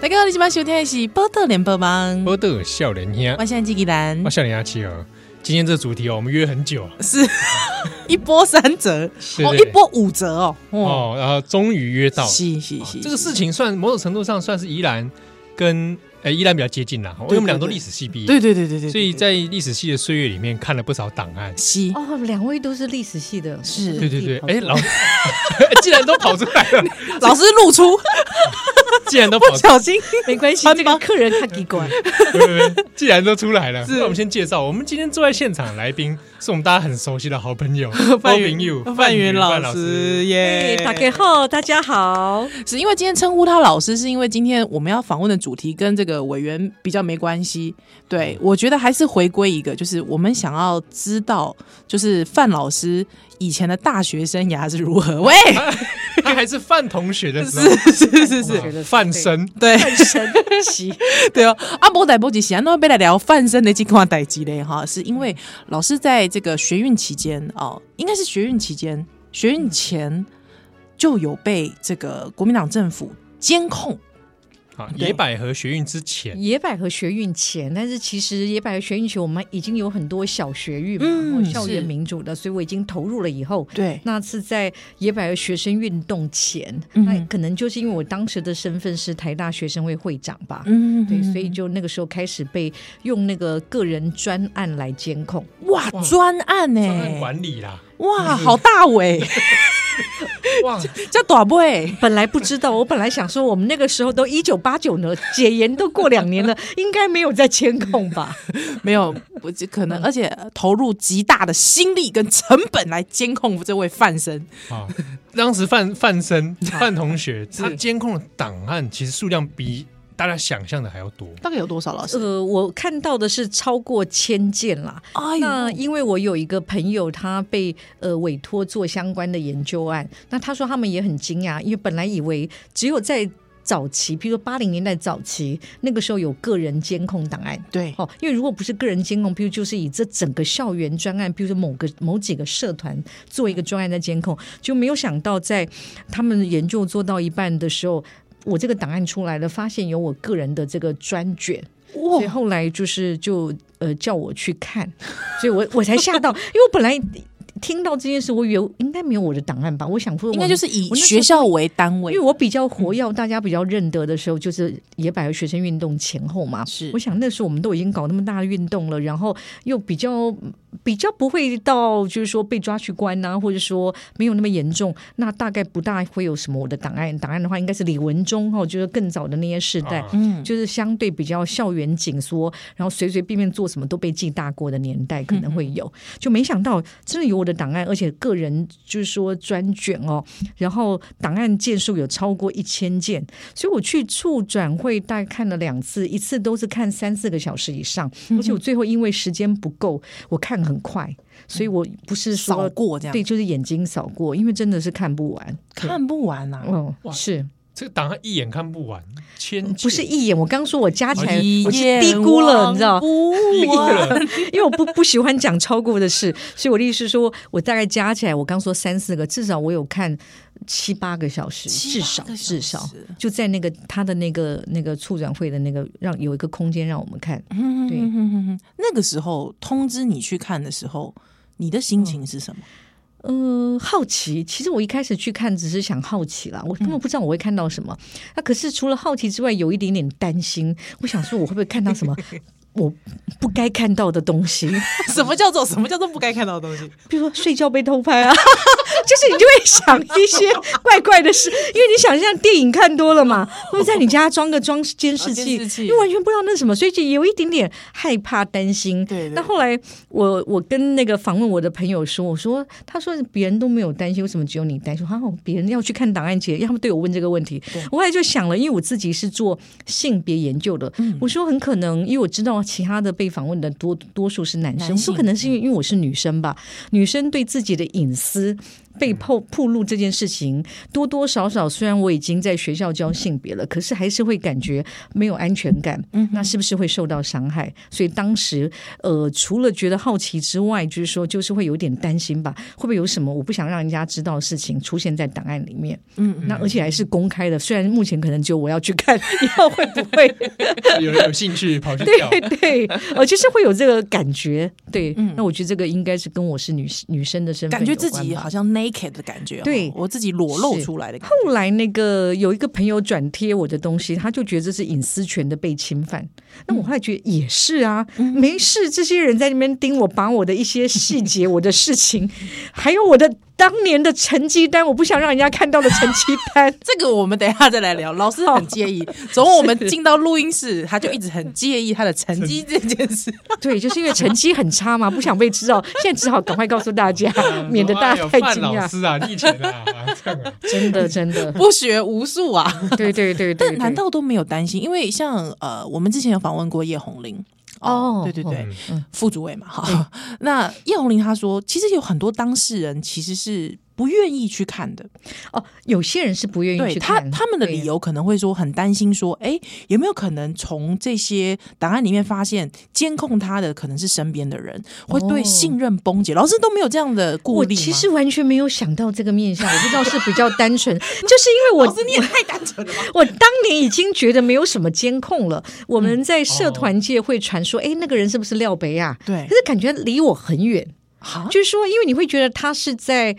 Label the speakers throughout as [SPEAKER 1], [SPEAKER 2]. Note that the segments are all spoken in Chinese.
[SPEAKER 1] 大家好，你今晚收听的是《波特联播网》，
[SPEAKER 2] 波特笑脸兄啊
[SPEAKER 1] 我，现在纪吉兰
[SPEAKER 2] 哇，笑脸阿七儿，今天这主题哦，我们约很久
[SPEAKER 1] 是一波三折，
[SPEAKER 2] 对
[SPEAKER 1] 哦，
[SPEAKER 2] 对
[SPEAKER 1] 一波五折哦，哦，
[SPEAKER 2] 哦，然后终于约到了。哦
[SPEAKER 1] 是是是，
[SPEAKER 2] 这个事情算某种程度上算是宜兰跟呃宜兰比较接近啦，因为我们俩都历史系毕业，
[SPEAKER 1] 对对对对对，
[SPEAKER 2] 所以在历史系的岁月里面看了不少档案。
[SPEAKER 1] 西
[SPEAKER 3] 哦，两位都是历史系的，
[SPEAKER 1] 是
[SPEAKER 2] 对对对，哎，老， 既然都跑出 来了，
[SPEAKER 1] 老师露出，
[SPEAKER 2] 既然都跑
[SPEAKER 1] 不，小心
[SPEAKER 3] 没关系，
[SPEAKER 1] 穿
[SPEAKER 3] 这
[SPEAKER 1] 帮
[SPEAKER 3] 个客人看奇 怪，
[SPEAKER 2] 对对对既然都出来了，那我们先介绍，我们今天坐在现场的来宾是我们大家很熟悉的好朋友
[SPEAKER 1] 范
[SPEAKER 2] 云友
[SPEAKER 1] 云哦范云老师耶
[SPEAKER 3] 哎，打给后大家好，
[SPEAKER 1] 是因为今天称呼他老师，是因为今天我们要访问的主题跟这个委员比较没关系。对我觉得还是回归一个，就是我们想要知道，就是范老师以前的大学生涯是如何。喂，
[SPEAKER 2] 他 还是范同学的时候，
[SPEAKER 1] 是 是是是，
[SPEAKER 3] 是
[SPEAKER 2] 范生，
[SPEAKER 1] 对
[SPEAKER 3] 很神奇，
[SPEAKER 1] 对哦。阿伯仔伯吉喜安诺贝来聊范生的这款代机嘞哈，是因为老师在这个学运期间哦，应该是学运期间，学运前就有被这个国民党政府监控。
[SPEAKER 2] 啊，
[SPEAKER 1] 对
[SPEAKER 2] 野百合学运之前，
[SPEAKER 3] 野百合学运前，但是其实野百合学运前，我们已经有很多小学运
[SPEAKER 1] 嗯
[SPEAKER 3] 嘛，或哦校园
[SPEAKER 1] 是
[SPEAKER 3] 民主的，所以我已经投入了以后。
[SPEAKER 1] 对，
[SPEAKER 3] 那是在野百合学生运动前，
[SPEAKER 1] 嗯
[SPEAKER 3] 那可能就是因为我当时的身份是台大学生会会长吧，
[SPEAKER 1] 嗯，
[SPEAKER 3] 对，所以就那个时候开始被用那个个人专案来监控，
[SPEAKER 1] 哇，专案呢、
[SPEAKER 2] 专案管理啦，
[SPEAKER 1] 哇，好大尾，
[SPEAKER 2] 哇，
[SPEAKER 1] 叫短背，
[SPEAKER 3] 本来不知道，我本来想说，我们那个时候都一九八九呢，解严都过两年了，应该没有在监控吧？
[SPEAKER 1] 没有，我这可能，而且投入极大的心力跟成本来监控这位范生，
[SPEAKER 2] 啊，当时范范 生范同学，
[SPEAKER 1] 是
[SPEAKER 2] 他监控的档案其实数量比大家想象的还要多。
[SPEAKER 1] 大概有多少老师？
[SPEAKER 3] 呃，我看到的是超过千件啦。
[SPEAKER 1] 哎
[SPEAKER 3] 那因为我有一个朋友，他被呃委托做相关的研究案，那他说他们也很惊讶，因为本来以为只有在早期，比如说八零年代早期，那个时候有个人监控档案，
[SPEAKER 1] 对，
[SPEAKER 3] 哦，因为如果不是个人监控，比如就是以这整个校园专案，比如说某个某几个社团做一个专案在监控，就没有想到在他们研究做到一半的时候。我这个档案出来了，发现有我个人的这个专卷，所以
[SPEAKER 1] 哇，
[SPEAKER 3] 后来就是就呃叫我去看，所以我我才吓到，因为我本来听到这件事，我以为应该没有我的档案吧，我想说
[SPEAKER 1] 应该
[SPEAKER 3] 我
[SPEAKER 1] 就是以
[SPEAKER 3] 我那时候
[SPEAKER 1] 学校为单位
[SPEAKER 3] 因为，我比较活跃，大家比较认得的时候，就是野百合学生运动前后嘛。
[SPEAKER 1] 是
[SPEAKER 3] 我想那时候我们都已经搞那么大的运动了，然后又比较比较不会到就是说被抓去关呐、或者说没有那么严重，那大概不大会有什么我的档案。档案的话，应该是李文忠哦，就是更早的那些世代。
[SPEAKER 2] 啊
[SPEAKER 1] 嗯，
[SPEAKER 3] 就是相对比较校园紧缩，然后随随便便做什么都被记大过的年代，可能会有。
[SPEAKER 1] 嗯
[SPEAKER 3] 就没想到真的有我的档案，而且个人就是说专卷哦，然后档案件数有超过一千件，所以我去处转会大概看了两次，一次都是看三四个小时以上，
[SPEAKER 1] 嗯
[SPEAKER 3] 而且我最后因为时间不够，我看很快，所以我不是
[SPEAKER 1] 扫
[SPEAKER 3] 说。
[SPEAKER 1] 过这样
[SPEAKER 3] 对，，就是眼睛扫过，因为真的是看不完。
[SPEAKER 1] 看不完啊，
[SPEAKER 3] 哦，
[SPEAKER 2] 哇
[SPEAKER 3] 是
[SPEAKER 2] 这个档案一眼看不完，千件
[SPEAKER 3] 不是一眼？我刚说我加起来，
[SPEAKER 1] 哦一
[SPEAKER 3] 我
[SPEAKER 1] 眼
[SPEAKER 3] 是低估了，你知道
[SPEAKER 1] 望？不完，
[SPEAKER 3] 因为我不不喜欢讲超过的事，所以我的意思是说，我大概加起来，我刚说三四个，至少我有看七八个小时，
[SPEAKER 1] 七
[SPEAKER 3] 至
[SPEAKER 1] 八
[SPEAKER 3] 少
[SPEAKER 1] 个小
[SPEAKER 3] 至少
[SPEAKER 1] 时
[SPEAKER 3] 就在那个他的那个那个促转会的那个让有一个空间让我们看，对
[SPEAKER 1] 嗯哼哼哼那个时候通知你去看的时候，你的心情是什么？
[SPEAKER 3] 嗯，好奇。其实我一开始去看只是想好奇啦，我根
[SPEAKER 1] 嗯
[SPEAKER 3] 本不知道我会看到什么。那、可是除了好奇之外，有一点点担心，我想说我会不会看到什么 我不该看到的东西。
[SPEAKER 1] 嗯 什么叫做什么叫做不该看到的东西？
[SPEAKER 3] 比如说睡觉被偷拍啊， 就是你就会想一些怪怪的事，因为你想象电影看多了嘛，会不会在你家装个装监视
[SPEAKER 1] 哦监
[SPEAKER 3] 器，
[SPEAKER 1] 视器
[SPEAKER 3] 因为完全不知道那是什么，所以就有一点点害怕担心。
[SPEAKER 1] 对对
[SPEAKER 3] 那后来我我跟那个访问我的朋友说，我说他说别人都没有担心，为什么只有你担心？哈、别人要去看档案节，要么对我问这个问题，我后来就想了，因为我自己是做性别研究的，
[SPEAKER 1] 嗯
[SPEAKER 3] 我说很可能，因为我知道其他的被访问的多多数是男生，
[SPEAKER 1] 男性嗯
[SPEAKER 3] 不可能是因为因为我是女生吧，女生对自己的隐私。被
[SPEAKER 1] 嗯
[SPEAKER 3] 曝曝露这件事情，多多少少虽然我已经在学校教性别了，可是还是会感觉没有安全感。嗯，那是不是会受到伤害？所以当时呃，除了觉得好奇之外，就是说就是会有点担心吧，会不会有什么我不想让人家知道的事情出现在档案里面？
[SPEAKER 1] 嗯，
[SPEAKER 3] 那而且还是公开的，虽然目前可能只有我要去看， 以后会不会？
[SPEAKER 2] 有人有兴趣跑去跳，
[SPEAKER 3] 对对， 呃，就是会有这个感觉。对，那我觉得这个应该是跟我是女女生的身份
[SPEAKER 1] 感觉
[SPEAKER 3] 有
[SPEAKER 1] 自
[SPEAKER 3] 关
[SPEAKER 1] 己
[SPEAKER 3] 吧
[SPEAKER 1] 好像 naked 的感觉哦，
[SPEAKER 3] 对
[SPEAKER 1] 我自己裸露
[SPEAKER 3] 是
[SPEAKER 1] 出来的感。
[SPEAKER 3] 后来那个有一个朋友转贴我的东西，他就觉得这是隐私权的被侵犯。那我后来觉得也是啊，没事，这些人在那边盯我，把我的一些细节、我的事情， 还有我的当年的成绩单，我不想让人家看到的成绩单
[SPEAKER 1] 这个我们等一下再来聊。老师很介 意，从我们进到录音室，他就一直很介意他的成绩这件事。
[SPEAKER 3] 对，就是因为成绩很差嘛，不想被知道，现在只好赶快告诉大家， 免得大
[SPEAKER 2] 哎
[SPEAKER 3] 家
[SPEAKER 2] 呦
[SPEAKER 3] 太
[SPEAKER 2] 范
[SPEAKER 3] 惊
[SPEAKER 2] 老
[SPEAKER 3] 讶。
[SPEAKER 2] 师啊，你以前啊， 这样啊，
[SPEAKER 3] 真的，真的，
[SPEAKER 1] 不学无术啊！
[SPEAKER 3] 对对对对对。
[SPEAKER 1] 但难道都没有担心？因为像呃，我们之前有访问过叶红玲。
[SPEAKER 3] 哦
[SPEAKER 1] 对对对，
[SPEAKER 3] 嗯
[SPEAKER 1] 副主委嘛，哈。 那叶红玲她说，其实有很多当事人其实是不愿意去看的，
[SPEAKER 3] 哦？有些人是不愿意
[SPEAKER 1] 对
[SPEAKER 3] 去
[SPEAKER 1] 他
[SPEAKER 3] 看
[SPEAKER 1] 他们的
[SPEAKER 3] 对
[SPEAKER 1] 理由可能会说很担心说，哎，有没有可能从这些档案里面发现监控他的可能是身边的人，会对
[SPEAKER 3] 哦
[SPEAKER 1] 信任崩解？老师都没有这样的顾
[SPEAKER 3] 我
[SPEAKER 1] 虑吗，
[SPEAKER 3] 其实完全没有想到这个面向，我不知道是比较单 纯，就是因为我
[SPEAKER 1] 老师你也太单纯了吧？
[SPEAKER 3] 我当年已经觉得没有什么监控了。我们在社团界会传说，哎、那个人是不是廖北
[SPEAKER 1] 嗯
[SPEAKER 3] 啊？
[SPEAKER 1] 哦对啊
[SPEAKER 3] 可，是感觉离我很远，
[SPEAKER 1] 好，
[SPEAKER 3] 就是说，因为你会觉得他是在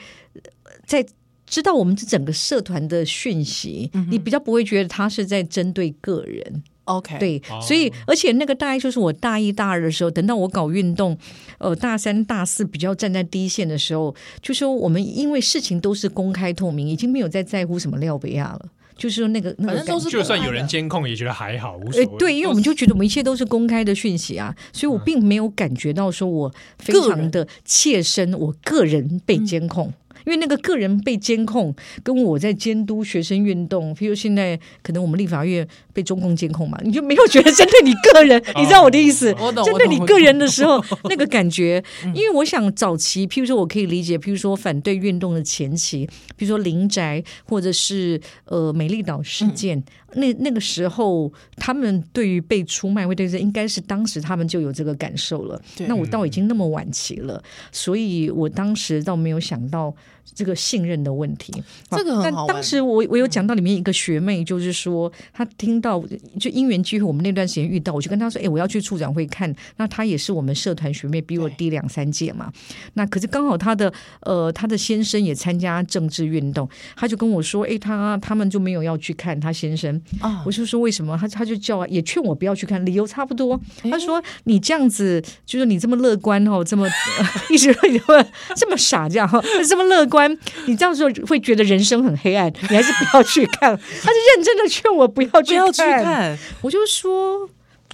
[SPEAKER 3] 在。知道我们这整个社团的讯息，
[SPEAKER 1] 嗯
[SPEAKER 3] 你比较不会觉得他是在针对个人，
[SPEAKER 1] OK，，
[SPEAKER 3] 对，
[SPEAKER 2] 哦
[SPEAKER 3] 所以而且那个大概就是我大一、大二的时候，等到我搞运动，呃，大三、大四比较站在第一线的时候，就说我们因为事情都是公开透明，已经没有再在乎什么廖北亚了，就是说那个那个
[SPEAKER 1] 反正
[SPEAKER 3] 感
[SPEAKER 1] 都
[SPEAKER 3] 觉
[SPEAKER 1] 是
[SPEAKER 2] 就算有
[SPEAKER 1] 公开的
[SPEAKER 2] 人监控，也觉得还好，无所谓。，
[SPEAKER 3] 呃
[SPEAKER 2] 嗯
[SPEAKER 3] 对，因为我们就觉得我们一切都是公开的讯息啊，所以我并没有感觉到说我非
[SPEAKER 1] 个人嗯
[SPEAKER 3] 常的切身，我个人被监控。因为那个个人被监控，跟我在监督学生运动，譬如现在可能我们立法院被中共监控嘛，你就没有觉得针对你个 人，
[SPEAKER 2] 啊
[SPEAKER 3] 你知道我的意
[SPEAKER 2] 哦
[SPEAKER 3] 思？
[SPEAKER 1] 我懂，
[SPEAKER 3] 针
[SPEAKER 1] 我嗯
[SPEAKER 3] 对
[SPEAKER 1] 懂
[SPEAKER 3] 你 个人的时候，那个感觉，因为我想早期，譬如说，我可以理解，譬如说反对运动的前期，譬如说林宅或者是呃美丽岛
[SPEAKER 1] 嗯
[SPEAKER 3] 事件，那那个时候他们对于被出卖会对这，应该是当时他们就有这个感受了
[SPEAKER 1] 对。
[SPEAKER 3] 那我到已经那么晚期了，所以我当时倒没有想到这个信任的问题。
[SPEAKER 1] 这个很
[SPEAKER 3] 但
[SPEAKER 1] 嗯好玩嗯
[SPEAKER 3] 当时我我有讲到里面一个学妹，就是说她听到就因缘机会，我们那段时间遇到，我就跟她说，哎、我要去处长会看。那她也是我们社团学妹，比我低两三届嘛。那可是刚好她的呃她的先生也参加政治运动，她就跟我说，哎、她他们就没有要去看她先生。
[SPEAKER 1] 啊
[SPEAKER 3] 我，就说为什么？他他就叫啊，也劝我不要去看，理由差不多。他说你这样子，就是你这么乐观哦，这么 一直这么这么傻这样哦，这么乐观，你这样说会觉得人生很黑暗，你还是不要去看。他就认真的劝我不要
[SPEAKER 1] 不
[SPEAKER 3] 去
[SPEAKER 1] 要去看，
[SPEAKER 3] 我就说。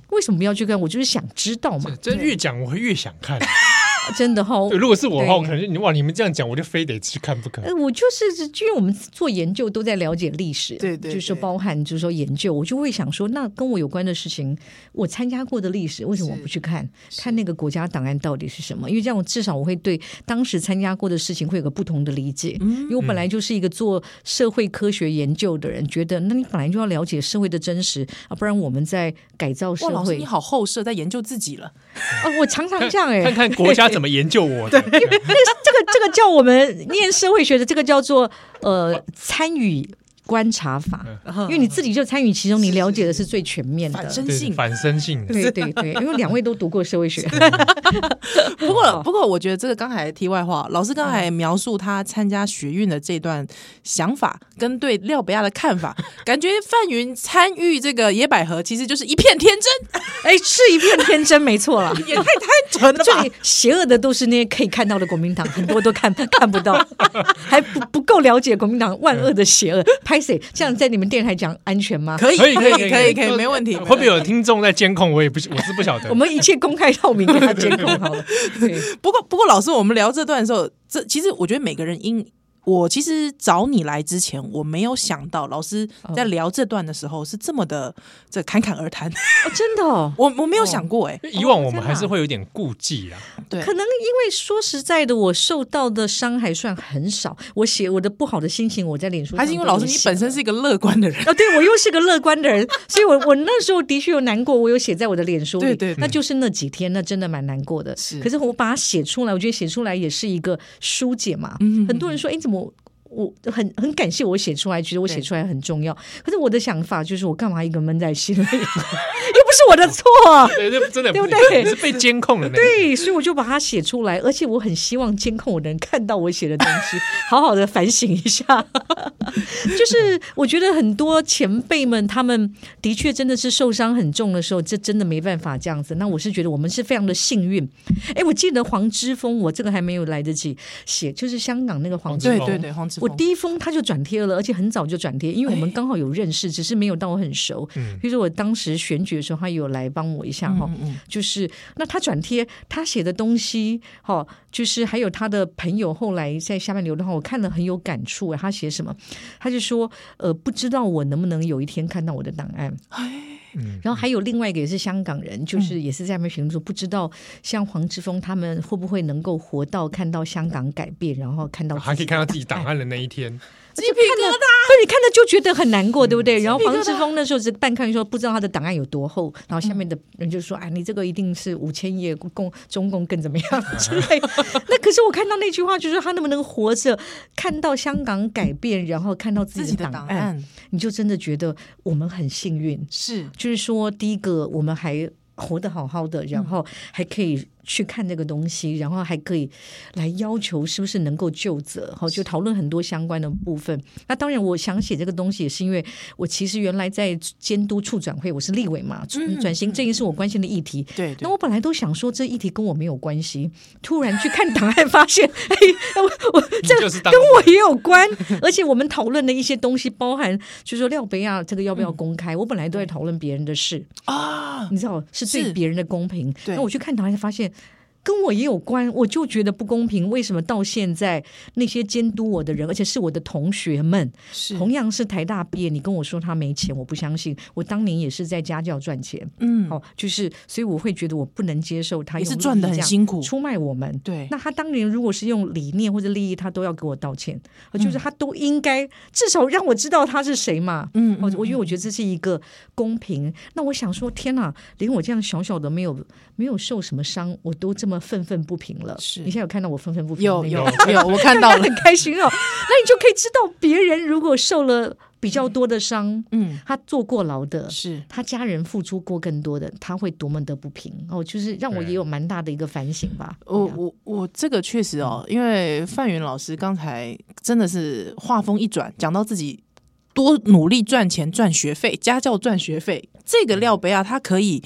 [SPEAKER 3] 为什么不要去看？我就是想知道嘛，
[SPEAKER 2] 这越讲我会越想看。
[SPEAKER 3] 真的哈、
[SPEAKER 2] 对，如果是我的话，
[SPEAKER 3] 哦对
[SPEAKER 2] 我可能就你哇，你们这样讲，我就非得去看不可。
[SPEAKER 3] 呃，我就是因为我们做研究都在了解历史，啊
[SPEAKER 1] 对对
[SPEAKER 3] 就是说
[SPEAKER 1] 对
[SPEAKER 3] 包含就是说研究，我就会想说，那跟我有关的事情，我参加过的历史，为什么我不去看？看那个国家档案到底是什么？因为这样我至少我会对当时参加过的事情会有个不同的理解。
[SPEAKER 1] 嗯
[SPEAKER 3] 因为我本来就是一个做社会科学研究的人，觉得那你本来就要了解社会的真实啊，不然我们在改造社
[SPEAKER 1] 哇，老师
[SPEAKER 3] 会
[SPEAKER 1] 你好后设，在研究自己了，
[SPEAKER 3] 啊，我常常 这样哎、
[SPEAKER 2] 看看国家怎么研究我的，
[SPEAKER 3] 这个这个叫我们念社会学的，这个叫做呃参与观察法，
[SPEAKER 1] 嗯
[SPEAKER 3] 因为你自己就参与其中，你了解的是最全面的
[SPEAKER 1] 反。啊身
[SPEAKER 2] 对，
[SPEAKER 1] 性。
[SPEAKER 2] 反身性的。
[SPEAKER 3] 对对对，因为两位都读过社会 学，
[SPEAKER 1] 不过，不过，我觉得这个刚才题外话，老师刚才描述他参加学运的这段想法，跟对廖北亚的看法， 感觉范云参与这个野百合，其实就是一片天真，
[SPEAKER 3] 哎，是一片天真，没错啦。
[SPEAKER 1] 也太单纯了吧
[SPEAKER 3] 最？邪恶的都是那些可以看到的国民党，很多都看 看不到，还不不够了解国民党万恶的邪恶。拍谁？这样在你们电台讲安全吗？
[SPEAKER 1] 嗯可以，
[SPEAKER 2] 可以
[SPEAKER 1] 可
[SPEAKER 2] 可
[SPEAKER 1] 可
[SPEAKER 2] 以可
[SPEAKER 1] 以，
[SPEAKER 2] 以
[SPEAKER 1] 可以，没问题。
[SPEAKER 2] 会不会有听众在监控？我也不是，我是不晓得
[SPEAKER 3] 我。们一切公开透明，给 他监控好了。对哦
[SPEAKER 1] 不过，不过，老师，我们聊这段的时候，这其实我觉得每个人因我其实找你来之前，我没有想到老师
[SPEAKER 2] 嗯
[SPEAKER 1] 在聊这段的时候是这么的这侃侃而谈，
[SPEAKER 3] 哦，真的哦。
[SPEAKER 1] 我我没有想过哎、
[SPEAKER 2] 因为以往我们
[SPEAKER 3] 哦
[SPEAKER 2] 还是会有点顾忌啦，
[SPEAKER 1] 对
[SPEAKER 3] 可能因为说实在的，我受到的伤害算很少。我写我的不好的心情，我在脸书上
[SPEAKER 1] 还是因为老师你本身是一个乐观的人，
[SPEAKER 3] 啊、对我又是个乐观的人，所以我我那时候的确有难过，我有写在我的脸书里，
[SPEAKER 1] 对对对
[SPEAKER 3] 那就是那几天，那真的蛮难过的。
[SPEAKER 1] 是
[SPEAKER 3] 可是我把它写出来，我觉得写出来也是一个疏解嘛。
[SPEAKER 1] 嗯
[SPEAKER 3] 很多人说，哎，怎么？我很很感谢我写出来，觉得我写
[SPEAKER 1] 对
[SPEAKER 3] 出来很重要。可是我的想法就是，我干嘛一个闷在心里？ 又不是我的错。
[SPEAKER 2] 对，这真的
[SPEAKER 3] 对不
[SPEAKER 2] 不
[SPEAKER 3] 对
[SPEAKER 2] 你是被监控的那个。
[SPEAKER 3] 对，所以我就把它写出来，而且我很希望监控我的人看到我写的东西，好好的反省一下。 就是我觉得很多前辈们，他们的确真的是受伤很重的时候，这真的没办法这样子。那我是觉得我们是非常的幸运。哎，我记得黄之锋，我这个还没有来得及写，就是香港那个黄 之
[SPEAKER 1] 哦对
[SPEAKER 2] 对
[SPEAKER 1] 对对，黄志
[SPEAKER 3] 我
[SPEAKER 1] 峰，
[SPEAKER 3] 第一封他就转贴了，而且很早就转贴，因
[SPEAKER 1] 哎
[SPEAKER 3] 为我们刚好有认识，只是没有到我很熟。
[SPEAKER 2] 嗯
[SPEAKER 3] 比如说我当时选举的时候，他有来帮我一下哈、
[SPEAKER 1] 嗯嗯
[SPEAKER 3] 就是那他转贴他写的东西，哈、就是还有他的朋友后来在下面留的话，我看了很有感触啊。他写什么？他就说，呃，不知道我能不能有一天看到我的档案。
[SPEAKER 2] 嗯，
[SPEAKER 3] 然后还有另外一个也是香港人，就是也是在那边评论说，不知道像黄之锋他们会不会能够活到看到香港改变，然后看到
[SPEAKER 2] 还可以
[SPEAKER 3] 自己的
[SPEAKER 2] 看到自己
[SPEAKER 3] 档
[SPEAKER 2] 档
[SPEAKER 3] 案
[SPEAKER 2] 案的那一天，
[SPEAKER 1] 鸡皮
[SPEAKER 3] 看
[SPEAKER 1] 疙
[SPEAKER 3] 了，对，你看了就觉得很难过，对不对？然后黄志峰那时候只半看说，不知道他的档案有多厚，然后下面的人就说：“哎，你这个一定是五千页，共中共更怎么样之类。” 那可是我看到那句话，就是他能不能活着看到香港改变，然后看到自
[SPEAKER 1] 自
[SPEAKER 3] 己
[SPEAKER 1] 己
[SPEAKER 3] 的
[SPEAKER 1] 的档
[SPEAKER 3] 档案，
[SPEAKER 1] 案嗯
[SPEAKER 3] 你就真的觉得我们很幸运。
[SPEAKER 1] 是
[SPEAKER 3] 就是说，第一个我们还活得好好的，然后还可以去看这个东西，然后还可以来要求是不是能够就责，哈，就讨论很多相关的部分。那当然，我想写这个东西也是因为我其实原来在监督处转会，我是立委嘛，转转型正义是我关心的议题。
[SPEAKER 1] 对对
[SPEAKER 3] 那我本来都想说这议题跟我没有关系，突然去看档案，发现哎，我我这
[SPEAKER 2] 你
[SPEAKER 3] 个
[SPEAKER 2] 就是当
[SPEAKER 3] 跟我也有关， 而且我们讨论的一些东西，包含就是说廖北亚这个要不要公开，我本来都在讨论别人的事，
[SPEAKER 1] 啊，
[SPEAKER 3] 你知道是对
[SPEAKER 1] 是
[SPEAKER 3] 别人的公平。
[SPEAKER 1] 对
[SPEAKER 3] 那我去看档案，发现跟我也有关，我就觉得不公平。为什么到现在那些监督我的人，而且是我的同学们，
[SPEAKER 1] 是
[SPEAKER 3] 同样是台大毕业，你跟我说他没钱，我不相信。我当年也是在家教赚钱，
[SPEAKER 1] 嗯
[SPEAKER 3] 哦，就是所以我会觉得我不能接受他
[SPEAKER 1] 也是
[SPEAKER 3] 用利益
[SPEAKER 1] 赚得很
[SPEAKER 3] 这样
[SPEAKER 1] 辛苦
[SPEAKER 3] 出卖我们。
[SPEAKER 1] 对
[SPEAKER 3] 那他当年如果是用理念或者利益，他都要给我道歉，呃就是他都应该至少让我知道他是谁嘛。哦
[SPEAKER 1] 嗯
[SPEAKER 3] 我我因为我觉得这是一个公平。那我想说，天哪，连我这样小小的没有没有受什么伤，我都这么愤愤不平了。
[SPEAKER 1] 是
[SPEAKER 3] 你现在有看到我愤愤不平的
[SPEAKER 1] 有
[SPEAKER 3] 那个
[SPEAKER 1] 有有， 我看到了
[SPEAKER 3] 很开心哦。那你就可以知道，别人如果受了比较多的伤，
[SPEAKER 1] 嗯
[SPEAKER 3] 他坐过牢的，
[SPEAKER 1] 是
[SPEAKER 3] 他家人付出过更多的，他会多么的不平哦，就是让我
[SPEAKER 2] 对
[SPEAKER 3] 也有蛮大的一个反省吧。
[SPEAKER 1] 我
[SPEAKER 3] 对啊
[SPEAKER 1] 我我这个确实哦，因为范云老师刚才真的是话锋一转，讲到自己多努力赚钱赚学费，家教赚学费，这个廖贝亚他可以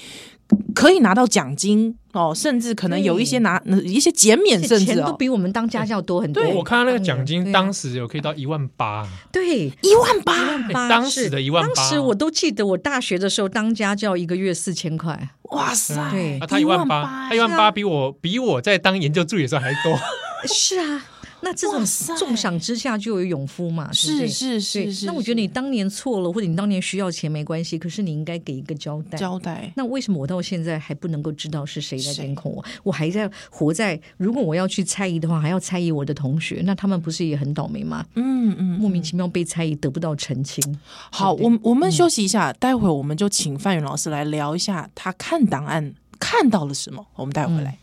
[SPEAKER 1] 可以拿到奖金哦，甚至可能有一些拿呃一些减免，
[SPEAKER 3] 而且
[SPEAKER 1] 甚
[SPEAKER 3] 钱
[SPEAKER 1] 至
[SPEAKER 3] 都
[SPEAKER 1] 哦
[SPEAKER 3] 比我们当家教多很多。
[SPEAKER 2] 我看到那个奖
[SPEAKER 3] 对
[SPEAKER 2] 金
[SPEAKER 3] 啊
[SPEAKER 2] 当时有可以到一万八，
[SPEAKER 3] 对。
[SPEAKER 1] 一万八，
[SPEAKER 2] 哎
[SPEAKER 3] 八
[SPEAKER 2] 当
[SPEAKER 3] 是
[SPEAKER 2] 时的一万八，
[SPEAKER 3] 当时我都记得，我大学的时候当家教一个月四千 块，
[SPEAKER 1] 哇塞，
[SPEAKER 3] 对
[SPEAKER 2] 啊，他一万八，
[SPEAKER 1] 18,000
[SPEAKER 2] 他一万
[SPEAKER 3] 是啊
[SPEAKER 2] 八比我比我在当研究助理的时候还多，
[SPEAKER 3] 是啊，那这
[SPEAKER 1] 哇
[SPEAKER 3] 种
[SPEAKER 1] 塞
[SPEAKER 3] 重赏之下就有勇夫嘛，对不
[SPEAKER 1] 是
[SPEAKER 3] 对
[SPEAKER 1] 是是
[SPEAKER 3] 对
[SPEAKER 1] 是，
[SPEAKER 3] 那我觉得你当年错了，或者你当年需要钱没关系，可是你应该给一个交代。
[SPEAKER 1] 交代
[SPEAKER 3] 那为什么我到现在还不能够知道是谁在
[SPEAKER 1] 谁
[SPEAKER 3] 监控我？我还在活在，如果我要去猜疑的话，还要猜疑我的同学，那他们不是也很倒霉吗？
[SPEAKER 1] 嗯嗯，
[SPEAKER 3] 莫名其妙被猜疑，得不到澄清。
[SPEAKER 1] 好，嗯
[SPEAKER 3] 对
[SPEAKER 1] 我们我们休息一下，待会儿我们就请范云老师来聊一下他看档案看到了什么，我们待会儿回来。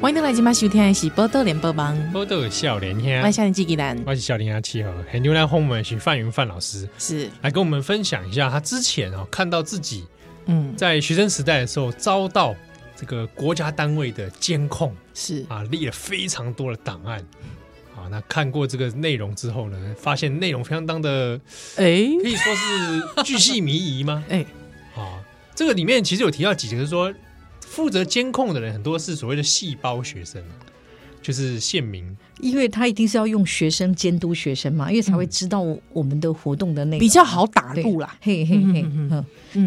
[SPEAKER 1] 欢迎回来今晚收听的是《波多连播帮》，
[SPEAKER 2] 我都有笑脸
[SPEAKER 1] 我是
[SPEAKER 2] 天，
[SPEAKER 1] 夏林纪吉兰，
[SPEAKER 2] 我是笑脸啊，契合，很牛来轰我们许范云范老师
[SPEAKER 1] 是
[SPEAKER 2] 来跟我们分享一下，他之前哦看到自己
[SPEAKER 1] 嗯
[SPEAKER 2] 在学生时代的时候遭到这个国家单位的监控
[SPEAKER 1] 是
[SPEAKER 2] 啊，列了非常多的档案啊。那看过这个内容之后呢，发现内容相当的
[SPEAKER 1] 哎
[SPEAKER 2] 可以说是巨细靡遗吗？
[SPEAKER 1] 哎
[SPEAKER 2] 啊，这个里面其实有提到几个，就是说负责监控的人很多是所谓的细胞学生，啊就是县民。
[SPEAKER 3] 因为他一定是要用学生监督学生嘛，因为才会知道我们的活动的那个
[SPEAKER 1] 比较好打入啦，
[SPEAKER 3] 嘿嘿嘿，
[SPEAKER 1] 嗯嗯
[SPEAKER 3] 嗯，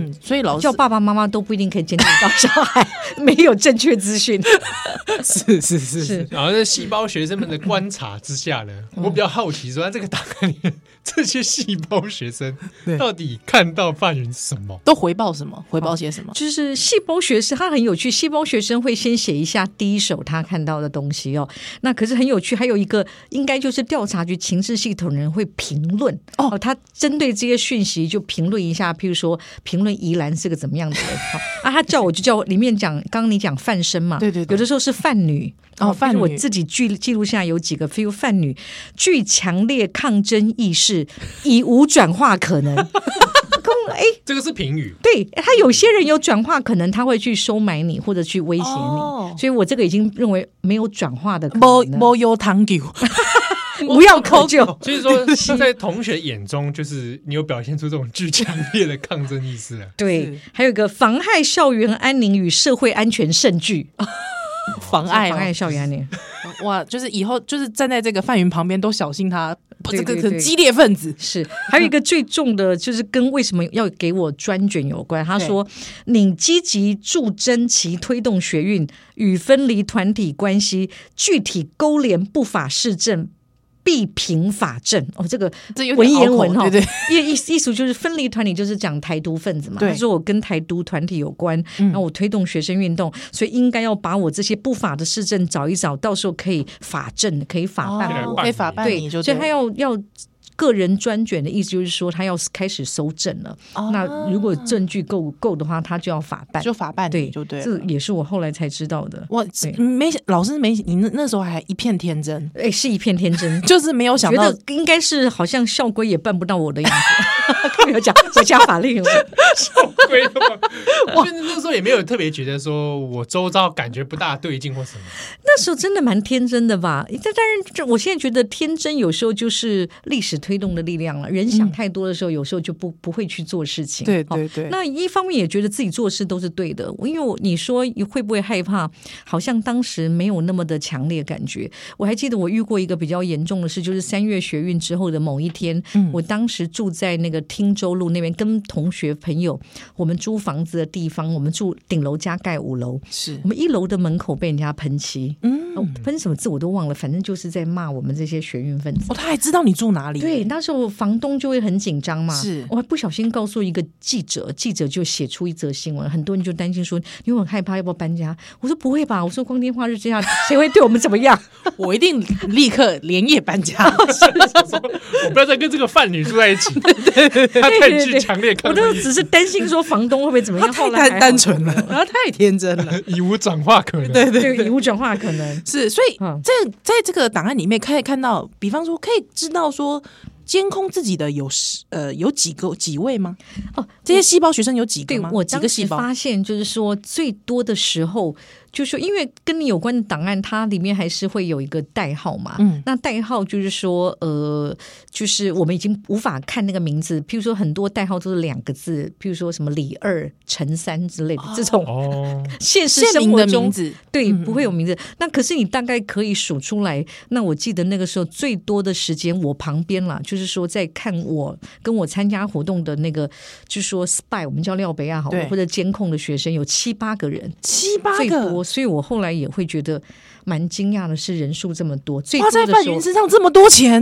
[SPEAKER 1] 嗯，所以老师
[SPEAKER 3] 叫爸爸妈妈都不一定可以监督到小孩， 没有正确资讯。
[SPEAKER 1] 是是是
[SPEAKER 3] 是嗯
[SPEAKER 2] 然后在细胞学生们的观察之下呢，我比较好奇说，在这个档案里面，这些细胞学生
[SPEAKER 1] 对
[SPEAKER 2] 到底看到范云什么？
[SPEAKER 1] 都回报什么？回报些什么？
[SPEAKER 3] 就是细胞学生，他很有趣。细胞学生会先写一下第一手他看到的东西哦。那可是很有趣，还有一个应该就是调查局情治系统人会评论
[SPEAKER 1] 哦
[SPEAKER 3] 他针对这些讯息就评论一下，譬如说评论宜兰是个怎么 样的人好啊，他叫我就叫我里面讲，刚刚你讲范生嘛，
[SPEAKER 1] 对对对
[SPEAKER 3] 有的时候是范女
[SPEAKER 1] 哦范女
[SPEAKER 3] 我自己记记录下来有几个，譬如范女具强烈抗争意识，已无转化可能。哎，
[SPEAKER 2] 这个是评语，
[SPEAKER 3] 对他有些人有转化，可能他会去收买你或者去威胁你，
[SPEAKER 1] 哦
[SPEAKER 3] 所以我这个已经认为没有转化的可
[SPEAKER 1] 没
[SPEAKER 3] 能了，
[SPEAKER 1] 没有糖酒，
[SPEAKER 3] 无药可救。
[SPEAKER 2] 所以说在同学眼中，就是你有表现出这种巨强烈的抗争意识了。
[SPEAKER 3] 对
[SPEAKER 1] 是，
[SPEAKER 3] 还有一个妨害校园安宁与社会安全甚巨，
[SPEAKER 1] 妨碍
[SPEAKER 3] 妨
[SPEAKER 1] 哦
[SPEAKER 3] 碍校园安宁。
[SPEAKER 1] 哇！就是以后就是站在这个范云旁边，都小心他
[SPEAKER 3] 对
[SPEAKER 1] 这个
[SPEAKER 3] 对
[SPEAKER 1] 很
[SPEAKER 3] 对
[SPEAKER 1] 激烈分子。
[SPEAKER 3] 是，还有一个最重的就是跟为什么要给我专卷有关。他说，你积极助争其推动学运与分离团体关系，具体勾连不法市政。必平法政哦，这个
[SPEAKER 1] 这有点
[SPEAKER 3] 文言文
[SPEAKER 1] 拗口
[SPEAKER 3] 哦，
[SPEAKER 1] 对对，
[SPEAKER 3] 意意意思就是分离团体就是讲台独分子嘛。
[SPEAKER 1] 对嗯
[SPEAKER 3] 他说我跟台独团体有关，那我推动学生运动，所以应该要把我这些不法的市政找一找，到时候可以法政，可以法办。
[SPEAKER 2] 哦
[SPEAKER 1] 非法办
[SPEAKER 3] 对，
[SPEAKER 1] 你就
[SPEAKER 3] 所以他
[SPEAKER 1] 对
[SPEAKER 3] 要要个人专卷的意思就是说，他要开始搜证了。
[SPEAKER 1] 哦
[SPEAKER 3] 那如果证据够够的话，他就要法办。
[SPEAKER 1] 就法办
[SPEAKER 3] 对，
[SPEAKER 1] 你就对了。
[SPEAKER 3] 这也是我后来才知道的。
[SPEAKER 1] 我
[SPEAKER 3] 对
[SPEAKER 1] 没老师没你那那时候还一片天真，。
[SPEAKER 3] 哎，是一片天真
[SPEAKER 1] 就是没有想
[SPEAKER 3] 觉
[SPEAKER 1] 到
[SPEAKER 3] 得应该是好像校规也办不到我的样子， 更没有讲国家法令了。
[SPEAKER 2] 对吗？我那时候也没有特别觉得说我周遭感觉不大对劲或 什么。
[SPEAKER 3] 那时候真的蛮天真的吧？但当然，这我现在觉得天真有时候就是历史推动的力量了。人想太多的时候，有时候就不不会去做事情。
[SPEAKER 1] 对
[SPEAKER 3] 哦
[SPEAKER 1] 对对，
[SPEAKER 3] 那一方面也觉得自己做事都是对的，因为我你说你会不会害怕？好像当时没有那么的强烈感觉。我还记得我遇过一个比较严重的事，就是三月学运之后的某一天，
[SPEAKER 1] 嗯
[SPEAKER 3] 我当时住在那个汀州路那边，跟同学朋友我们租房子的地方，我们住顶楼加盖五楼，
[SPEAKER 1] 是
[SPEAKER 3] 我们一楼的门口被人家喷漆，嗯、喷什么字我都忘了，反正就是在骂我们这些学运分子。
[SPEAKER 1] 哦，他还知道你住哪里，
[SPEAKER 3] 对，那时候房东就会很紧张嘛。
[SPEAKER 1] 是
[SPEAKER 3] 我还不小心告诉一个记者，记者就写出一则新闻，很多人就担心说，你会很害怕要不要搬家？我说不会吧，我说光天化日之下，谁会对我们怎么 样？
[SPEAKER 1] 我一定立刻连夜搬 家。
[SPEAKER 2] 我不要再跟这个范女住在一 起，她太具强烈
[SPEAKER 3] 我
[SPEAKER 2] 抗
[SPEAKER 3] 都
[SPEAKER 2] 争意
[SPEAKER 3] 只
[SPEAKER 2] 识，
[SPEAKER 3] 是担心说房东会不会怎么
[SPEAKER 1] 他
[SPEAKER 3] 样？
[SPEAKER 1] 太
[SPEAKER 3] 后来还
[SPEAKER 1] 单
[SPEAKER 3] 好
[SPEAKER 1] 单纯了，，他太天真了。
[SPEAKER 2] 以无转化可能。
[SPEAKER 1] 对对
[SPEAKER 3] 对，以物转化可能。
[SPEAKER 1] 是，所以
[SPEAKER 3] 嗯
[SPEAKER 1] 在在这个档案里面可以看到，比方说可以知道说监控自己的有十呃有几个几位吗？
[SPEAKER 3] 哦，
[SPEAKER 1] 这些细胞学生有几个
[SPEAKER 3] 对
[SPEAKER 1] 吗？
[SPEAKER 3] 我
[SPEAKER 1] 几
[SPEAKER 3] 当
[SPEAKER 1] 个细
[SPEAKER 3] 时
[SPEAKER 1] 胞
[SPEAKER 3] 发现，就是说最多的时候，就是说因为跟你有关的档案，它里面还是会有一个代号嘛。
[SPEAKER 1] 嗯，
[SPEAKER 3] 那代号就是说，呃，就是我们已经无法看那个名字，譬如说很多代号都是两个字，譬如说什么李二、陈三之类的、这种
[SPEAKER 2] 哦，
[SPEAKER 3] 现实
[SPEAKER 1] 县
[SPEAKER 3] 生
[SPEAKER 1] 民
[SPEAKER 3] 活
[SPEAKER 1] 的
[SPEAKER 3] 中
[SPEAKER 1] 名字
[SPEAKER 3] 对，不
[SPEAKER 1] 嗯
[SPEAKER 3] 会有名字。那可是你大概可以数出来。那我记得那个时候最多的时间，我旁边啦，就是说在看我跟我参加活动的那个，就说 spy，我们叫廖北亚好了
[SPEAKER 1] 对，
[SPEAKER 3] 或者监控的学生有七八个人，
[SPEAKER 1] 七八
[SPEAKER 3] 最
[SPEAKER 1] 个，
[SPEAKER 3] 多。所以我后来也会觉得蛮惊讶的是人数这么多，最
[SPEAKER 1] 花
[SPEAKER 3] 多
[SPEAKER 1] 在
[SPEAKER 3] 的
[SPEAKER 1] 范
[SPEAKER 3] 时
[SPEAKER 1] 云
[SPEAKER 3] 候。
[SPEAKER 1] 身上这么多钱，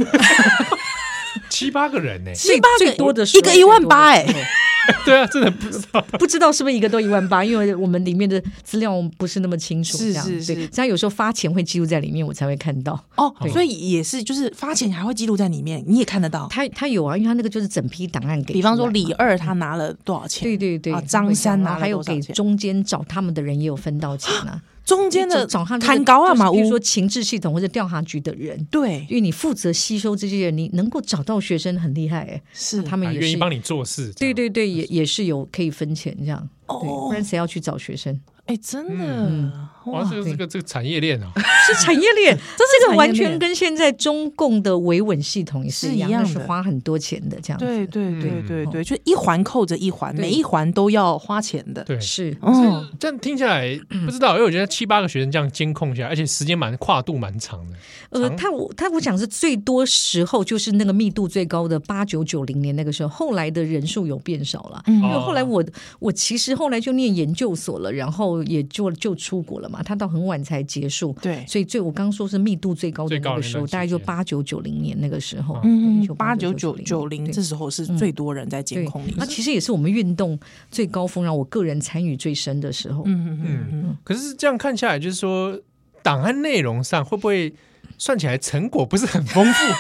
[SPEAKER 2] 七八个人呢？
[SPEAKER 1] 七八个
[SPEAKER 3] 最多的时候
[SPEAKER 1] 一个一万八哎、
[SPEAKER 2] 对啊，真的不知道。
[SPEAKER 3] 不知道是不是一个都一万八，因为我们里面的资料不是那么清楚，
[SPEAKER 1] 是
[SPEAKER 3] 这样
[SPEAKER 1] 是是
[SPEAKER 3] 对，这样有时候发钱会记录在里面，我才会看到。
[SPEAKER 1] 哦，所以也是就是发钱还会记录在里面，你也看得到。
[SPEAKER 3] 他他有啊，因为他那个就是整批档案给出来嘛。
[SPEAKER 1] 比方说李二他拿了多少钱？
[SPEAKER 3] 对对对
[SPEAKER 1] 啊，张三
[SPEAKER 3] 啊，
[SPEAKER 1] 拿了
[SPEAKER 3] 还有
[SPEAKER 1] 多少
[SPEAKER 3] 给
[SPEAKER 1] 钱
[SPEAKER 3] 中间找他们的人也有分到钱啊。
[SPEAKER 1] 中间的
[SPEAKER 3] 找他那个
[SPEAKER 1] 砍高啊
[SPEAKER 3] 就是
[SPEAKER 1] 马
[SPEAKER 3] 比如
[SPEAKER 1] 乌
[SPEAKER 3] 说，情治系统或者调查局的人，
[SPEAKER 1] 对，
[SPEAKER 3] 因为你负责吸收这些人，你能够找到学生很厉害哎、
[SPEAKER 1] 是
[SPEAKER 3] 他
[SPEAKER 2] 他
[SPEAKER 3] 们也
[SPEAKER 2] 啊愿意
[SPEAKER 3] 是。
[SPEAKER 2] 帮你做事，这
[SPEAKER 3] 对
[SPEAKER 2] 样，
[SPEAKER 3] 对对，也也是有可以分钱这样，对
[SPEAKER 1] 哦
[SPEAKER 3] 不然谁要去找学生？
[SPEAKER 1] 哎，真的
[SPEAKER 3] 嗯
[SPEAKER 2] 哇，这个这个这个产业链 啊，
[SPEAKER 3] 是产业链，这
[SPEAKER 1] 产业
[SPEAKER 3] 个完
[SPEAKER 1] 链
[SPEAKER 3] 全跟现在中共的维稳系统也
[SPEAKER 1] 是
[SPEAKER 3] 一
[SPEAKER 1] 一样
[SPEAKER 3] 样，那是
[SPEAKER 1] 的
[SPEAKER 3] 花很多钱的这样子。
[SPEAKER 1] 对对对
[SPEAKER 2] 嗯
[SPEAKER 1] 对对，就一环扣着一环，
[SPEAKER 3] 对
[SPEAKER 1] 每一环都要花钱的。
[SPEAKER 2] 对。
[SPEAKER 3] 是
[SPEAKER 1] 哦，
[SPEAKER 2] 这样听下来不知道，因为我觉得七八个学生这样监控下来，而且时间蛮跨度蛮长的。
[SPEAKER 3] 呃，
[SPEAKER 2] 长
[SPEAKER 3] 他我他我讲是最多时候就是那个密度最高的八九九零年那个时候，后来的人数有变少了。
[SPEAKER 1] 嗯
[SPEAKER 3] 因为
[SPEAKER 2] 哦
[SPEAKER 3] 后来我我其实后来就念研究所了，然后也就就出国了嘛，他到很晚才结束，
[SPEAKER 1] 对，
[SPEAKER 3] 所以最我刚说是密度最高的
[SPEAKER 2] 最
[SPEAKER 3] 那
[SPEAKER 2] 高的
[SPEAKER 3] 个
[SPEAKER 2] 那
[SPEAKER 3] 时
[SPEAKER 2] 段
[SPEAKER 3] 候，
[SPEAKER 2] 时
[SPEAKER 3] 大概就
[SPEAKER 2] 间
[SPEAKER 3] 八九九零年那个时候，
[SPEAKER 1] 嗯，八
[SPEAKER 3] 八
[SPEAKER 1] 九
[SPEAKER 3] 九
[SPEAKER 1] 九九零
[SPEAKER 3] 对嗯
[SPEAKER 1] 这时候是最多人在监
[SPEAKER 3] 对
[SPEAKER 1] 控里
[SPEAKER 3] 那
[SPEAKER 1] 面。
[SPEAKER 3] 其实也是我们运动最高峰，让我个人参与最深的时候。
[SPEAKER 1] 嗯嗯嗯嗯，
[SPEAKER 2] 可是这样看下来，就是说档案内容上会不会算起来成果不是很丰 富？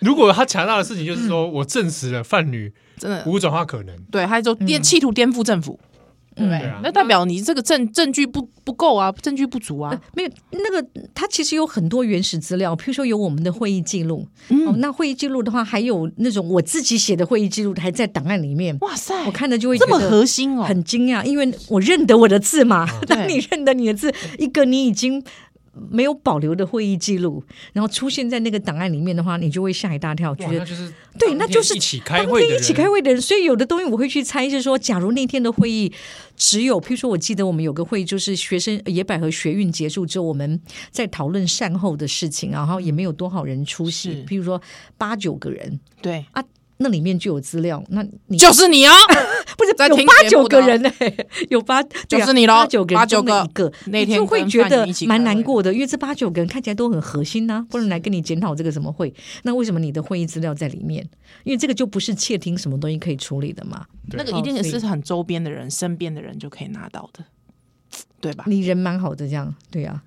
[SPEAKER 2] 如果他强调的事情就是
[SPEAKER 3] 嗯
[SPEAKER 2] 说我证实了贩女
[SPEAKER 1] 真
[SPEAKER 3] 呃
[SPEAKER 1] 的，
[SPEAKER 2] 无转化可能，
[SPEAKER 1] 对，他就颠企图颠覆政府，对不
[SPEAKER 3] 嗯
[SPEAKER 1] 对
[SPEAKER 2] 对啊？
[SPEAKER 1] 那代表你这个证证据不不够啊，证据不足啊
[SPEAKER 3] 呃。没有那个，它其实有很多原始资料，譬如说有我们的会议记录，
[SPEAKER 1] 嗯
[SPEAKER 3] 哦，那会议记录的话，还有那种我自己写的会议记录还在档案里面，
[SPEAKER 1] 哇塞，
[SPEAKER 3] 我看了就会
[SPEAKER 1] 哎这么
[SPEAKER 3] 觉得
[SPEAKER 1] 核心哦，
[SPEAKER 3] 很惊讶，因为我认得我的字嘛。
[SPEAKER 1] 对
[SPEAKER 3] 当你认得你的字，一个你已经没有保留的会议记录，然后出现在那个档案里面的话，你就会吓一大跳，觉
[SPEAKER 2] 哇，那
[SPEAKER 3] 得。
[SPEAKER 2] 就是
[SPEAKER 3] 对，那就是
[SPEAKER 2] 一起开
[SPEAKER 3] 当
[SPEAKER 2] 会的
[SPEAKER 3] 天一
[SPEAKER 2] 人，
[SPEAKER 3] 起开会的人，所以有的东西我会去猜，是说，假如那天的会议只有，譬如说，我记得我们有个会议，就是学生呃野百合学运结束之后，我们在讨论善后的事情，啊然后也没有多少人出
[SPEAKER 1] 是
[SPEAKER 3] 席，譬如说八九个人，
[SPEAKER 1] 对，
[SPEAKER 3] 那里面就有资料，那你
[SPEAKER 1] 就是你哦，
[SPEAKER 3] 不是
[SPEAKER 1] 在
[SPEAKER 3] 有
[SPEAKER 1] 听
[SPEAKER 3] 八
[SPEAKER 1] 节目
[SPEAKER 3] 九
[SPEAKER 1] 的哦
[SPEAKER 3] 个人 呢、有八对
[SPEAKER 1] 就
[SPEAKER 3] 啊
[SPEAKER 1] 是你咯
[SPEAKER 3] 八九个人
[SPEAKER 1] 八九
[SPEAKER 3] 中了一个，
[SPEAKER 1] 那
[SPEAKER 3] 你
[SPEAKER 1] 天
[SPEAKER 3] 就会
[SPEAKER 1] 跟
[SPEAKER 3] 觉
[SPEAKER 1] 范
[SPEAKER 3] 得
[SPEAKER 1] 云一起
[SPEAKER 3] 蛮
[SPEAKER 1] 开
[SPEAKER 3] 难
[SPEAKER 1] 会
[SPEAKER 3] 过的，因为这八九个人看起来都很核心呐、不能来跟你检讨这个什么会，那为什么你的会议资料在里面？因为这个就不是窃听什么东西可以处理的嘛，
[SPEAKER 1] 那个
[SPEAKER 3] 对
[SPEAKER 1] 一定
[SPEAKER 3] 哦所
[SPEAKER 1] 是
[SPEAKER 3] 以
[SPEAKER 1] 很周边的人、身边的人就可以拿到的，对吧？
[SPEAKER 3] 你人蛮好的这样，对啊。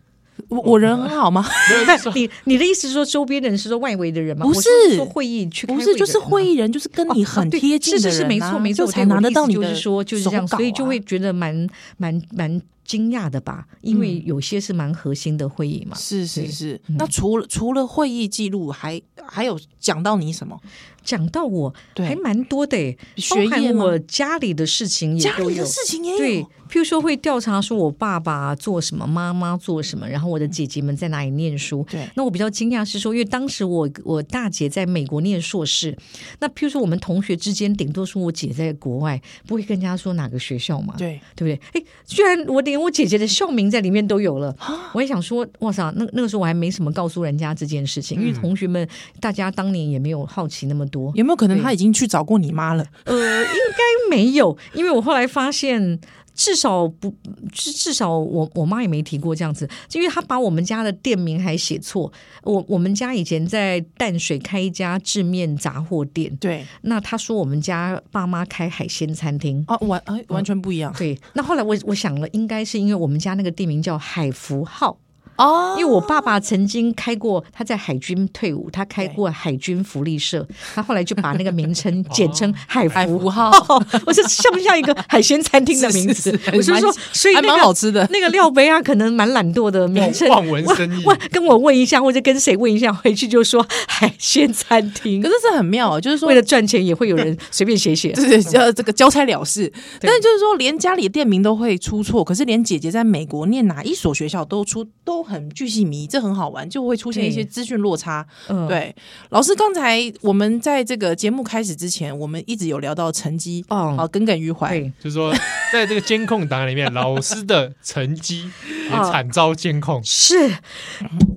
[SPEAKER 1] 我我人很好吗？
[SPEAKER 2] 没有就是说
[SPEAKER 3] 你你的意思是说周边的人是说外围的人吗？
[SPEAKER 1] 不
[SPEAKER 3] 我说
[SPEAKER 1] 是
[SPEAKER 3] 说会议去开
[SPEAKER 1] 不是，就是
[SPEAKER 3] 的人吗啊
[SPEAKER 1] 会议人，就是跟你
[SPEAKER 3] 哦
[SPEAKER 1] 很
[SPEAKER 3] 对
[SPEAKER 1] 贴近的
[SPEAKER 3] 是
[SPEAKER 1] 人、啊
[SPEAKER 3] 是是，没错没错，
[SPEAKER 1] 就
[SPEAKER 3] 对
[SPEAKER 1] 才
[SPEAKER 3] 我的
[SPEAKER 1] 拿得
[SPEAKER 3] 意思
[SPEAKER 1] 到你
[SPEAKER 3] 就
[SPEAKER 1] 的
[SPEAKER 3] 是说就是
[SPEAKER 1] 手
[SPEAKER 3] 这样，
[SPEAKER 1] 稿
[SPEAKER 3] 所以就
[SPEAKER 1] 啊
[SPEAKER 3] 会觉得蛮蛮蛮惊讶的吧，因为
[SPEAKER 1] 嗯
[SPEAKER 3] 有些是蛮核心的会议嘛。
[SPEAKER 1] 是是
[SPEAKER 3] 对嗯
[SPEAKER 1] 是。那除了除了会议记录，还还有讲到你什么？
[SPEAKER 3] 讲到我
[SPEAKER 1] 对
[SPEAKER 3] 还蛮多的诶，
[SPEAKER 1] 学
[SPEAKER 3] 包
[SPEAKER 1] 业
[SPEAKER 3] 含
[SPEAKER 1] 吗
[SPEAKER 3] 我家里的事情也
[SPEAKER 1] 家
[SPEAKER 3] 都
[SPEAKER 1] 里的
[SPEAKER 3] 有。
[SPEAKER 1] 事情也
[SPEAKER 3] 对
[SPEAKER 1] 有，，
[SPEAKER 3] 譬如说会调查说我爸爸做什么，妈妈做什么，然后我的姐姐们在哪里念书。
[SPEAKER 1] 对
[SPEAKER 3] 那我比较惊讶是说，因为当时我我大姐在美国念硕士，那譬如说我们同学之间，顶多说我姐在国外，不会跟人家说哪个学校嘛。
[SPEAKER 1] 对，
[SPEAKER 3] 对不对？哎，居然我连我姐姐的校名在里面都有了，我也想说，哇塞，那那个时候我还没什么告诉人家这件事情，因为同学们大家当年也没有好奇那么多，
[SPEAKER 1] 有没有可能他已经去找过你妈了？
[SPEAKER 3] 呃，应该没有，因为我后来发现。至少不，至至少我我妈也没提过这样子，因为她把我们家的店名还写错。我我们家以前在淡水开一家制面杂货店，
[SPEAKER 1] 对
[SPEAKER 3] 那她说我们家爸妈开海鲜餐厅，
[SPEAKER 1] 啊，完哎完全不一样
[SPEAKER 3] 对，那后来我我想了，应该是因为我们家那个地名叫海福号，
[SPEAKER 1] 哦
[SPEAKER 3] 因为我爸爸曾经开过，他在海军退伍，他开过海军福利社，他后来就把那个名称简称海
[SPEAKER 1] 哦海
[SPEAKER 3] 福 哦
[SPEAKER 1] 福号哦
[SPEAKER 3] 我说像不像一个海鲜餐厅的
[SPEAKER 1] 是
[SPEAKER 3] 名字？
[SPEAKER 1] 是是
[SPEAKER 3] 我是
[SPEAKER 1] 蛮
[SPEAKER 3] 说，所以
[SPEAKER 1] 还
[SPEAKER 3] 那
[SPEAKER 1] 蛮
[SPEAKER 3] 个
[SPEAKER 1] 好吃哦的。
[SPEAKER 3] 那个廖杯啊，可能蛮懒惰的名称。
[SPEAKER 2] 望文生义
[SPEAKER 3] 我，跟我问一下，或者跟谁问一下，回去就说海鲜餐厅
[SPEAKER 1] 可。是这很妙哦，就是说
[SPEAKER 3] 为了赚钱，也会有人随便写写。
[SPEAKER 1] 对对，呃，这个交差了事。但是就是说，连家里的店名都会出错，可是连姐姐在美国念哪一所学校都出都很巨细迷，这很好玩，就会出现一些
[SPEAKER 3] 对
[SPEAKER 1] 资讯落差。
[SPEAKER 3] 嗯，
[SPEAKER 1] 对，老师，刚才我们在这个节目开始之前，我们一直有聊到成绩，
[SPEAKER 3] 哦
[SPEAKER 1] 啊、耿耿于怀。
[SPEAKER 3] 对，
[SPEAKER 2] 就是说在这个监控档案里面，老师的成 绩也
[SPEAKER 3] 啊
[SPEAKER 2] 惨遭监控。
[SPEAKER 3] 是，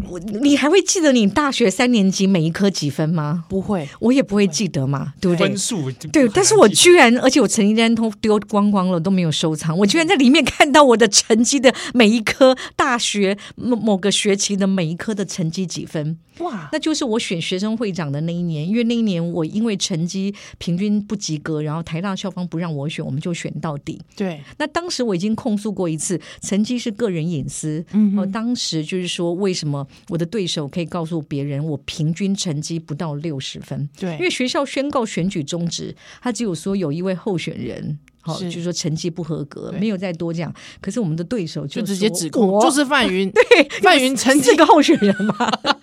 [SPEAKER 3] 我你还会记得你大学三年级每一科几分吗？
[SPEAKER 1] 不会，
[SPEAKER 3] 我也不会记得嘛，对不
[SPEAKER 2] 分
[SPEAKER 3] 对？
[SPEAKER 2] 数就
[SPEAKER 3] 对，
[SPEAKER 2] 很
[SPEAKER 3] 但是
[SPEAKER 2] 难
[SPEAKER 3] 我
[SPEAKER 2] 记
[SPEAKER 3] 居然，而且我成绩单都丢光光了，都没有收藏。我居然在里面看到我的成绩的每一科，大学某某个学期的每一科的成绩几分，
[SPEAKER 1] 哇，
[SPEAKER 3] 那就是我选学生会长的那一年。因为那一年我因为成绩平均不及格，然后台大校方不让我选，我们就选到底。
[SPEAKER 1] 对，
[SPEAKER 3] 那当时我已经控诉过一次，成绩是个人隐私。
[SPEAKER 1] 嗯
[SPEAKER 3] 嗯，当时就是说，为什么我的对手可以告诉别人我平均成绩不到六十分？因
[SPEAKER 1] 对，
[SPEAKER 3] 为学校宣告选举终止，他只有说有一位候选人。好，
[SPEAKER 1] 是
[SPEAKER 3] 就是说成绩不合格，
[SPEAKER 1] 对
[SPEAKER 3] 没有再多讲。可是我们的对手
[SPEAKER 1] 就
[SPEAKER 3] 说
[SPEAKER 1] 直接指控，
[SPEAKER 3] 我
[SPEAKER 1] 就是范 云，
[SPEAKER 3] 对
[SPEAKER 1] 范云成绩
[SPEAKER 3] 这个候选人嘛，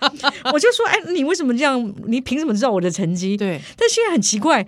[SPEAKER 3] 我就说，哎，你为什么这样？你凭什么知道我的成绩？
[SPEAKER 1] 对，
[SPEAKER 3] 但现在很奇怪，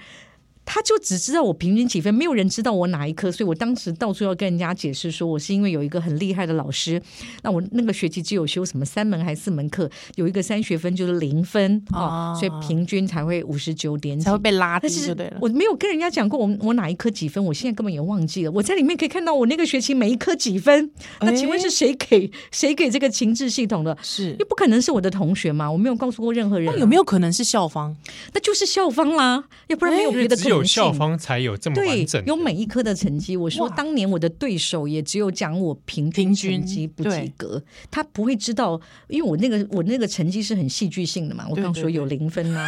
[SPEAKER 3] 他就只知道我平均几分，没有人知道我哪一科，所以我当时到处要跟人家解释说，我是因为有一个很厉害的老师，那我那个学期只有修什么三门还是四门课，有一个三学分就是零分
[SPEAKER 1] 啊
[SPEAKER 3] 哦，所以平均才会五十九点几
[SPEAKER 1] 才会。被拉低
[SPEAKER 3] 但
[SPEAKER 1] 就是对了。
[SPEAKER 3] 我没有跟人家讲过我我哪一科几分，我现在根本也忘记了。我在里面可以看到我那个学期每一科几分。
[SPEAKER 1] 哎
[SPEAKER 3] 那请问是谁给谁给这个情志系统的？
[SPEAKER 1] 是
[SPEAKER 3] 又，不可能是我的同学嘛，我没有告诉过任何人啊、
[SPEAKER 1] 那有没有可能是校方？
[SPEAKER 3] 那就是校方啦，要不然没有
[SPEAKER 1] 哎
[SPEAKER 2] 因
[SPEAKER 3] 别
[SPEAKER 2] 为
[SPEAKER 3] 的
[SPEAKER 2] 只有
[SPEAKER 3] 可能性
[SPEAKER 2] 校方才有这么
[SPEAKER 3] 对
[SPEAKER 2] 完整，的，
[SPEAKER 3] 有每一科的成绩。我说
[SPEAKER 1] 哇
[SPEAKER 3] 当年我的对手也只有讲我平均
[SPEAKER 1] 平均
[SPEAKER 3] 成绩不
[SPEAKER 1] 对
[SPEAKER 3] 及格，他不会知道，因为我那个我那个成绩是很戏剧性的嘛。我
[SPEAKER 1] 对
[SPEAKER 3] 刚
[SPEAKER 1] 对
[SPEAKER 3] 说
[SPEAKER 1] 对
[SPEAKER 3] 有零分呐、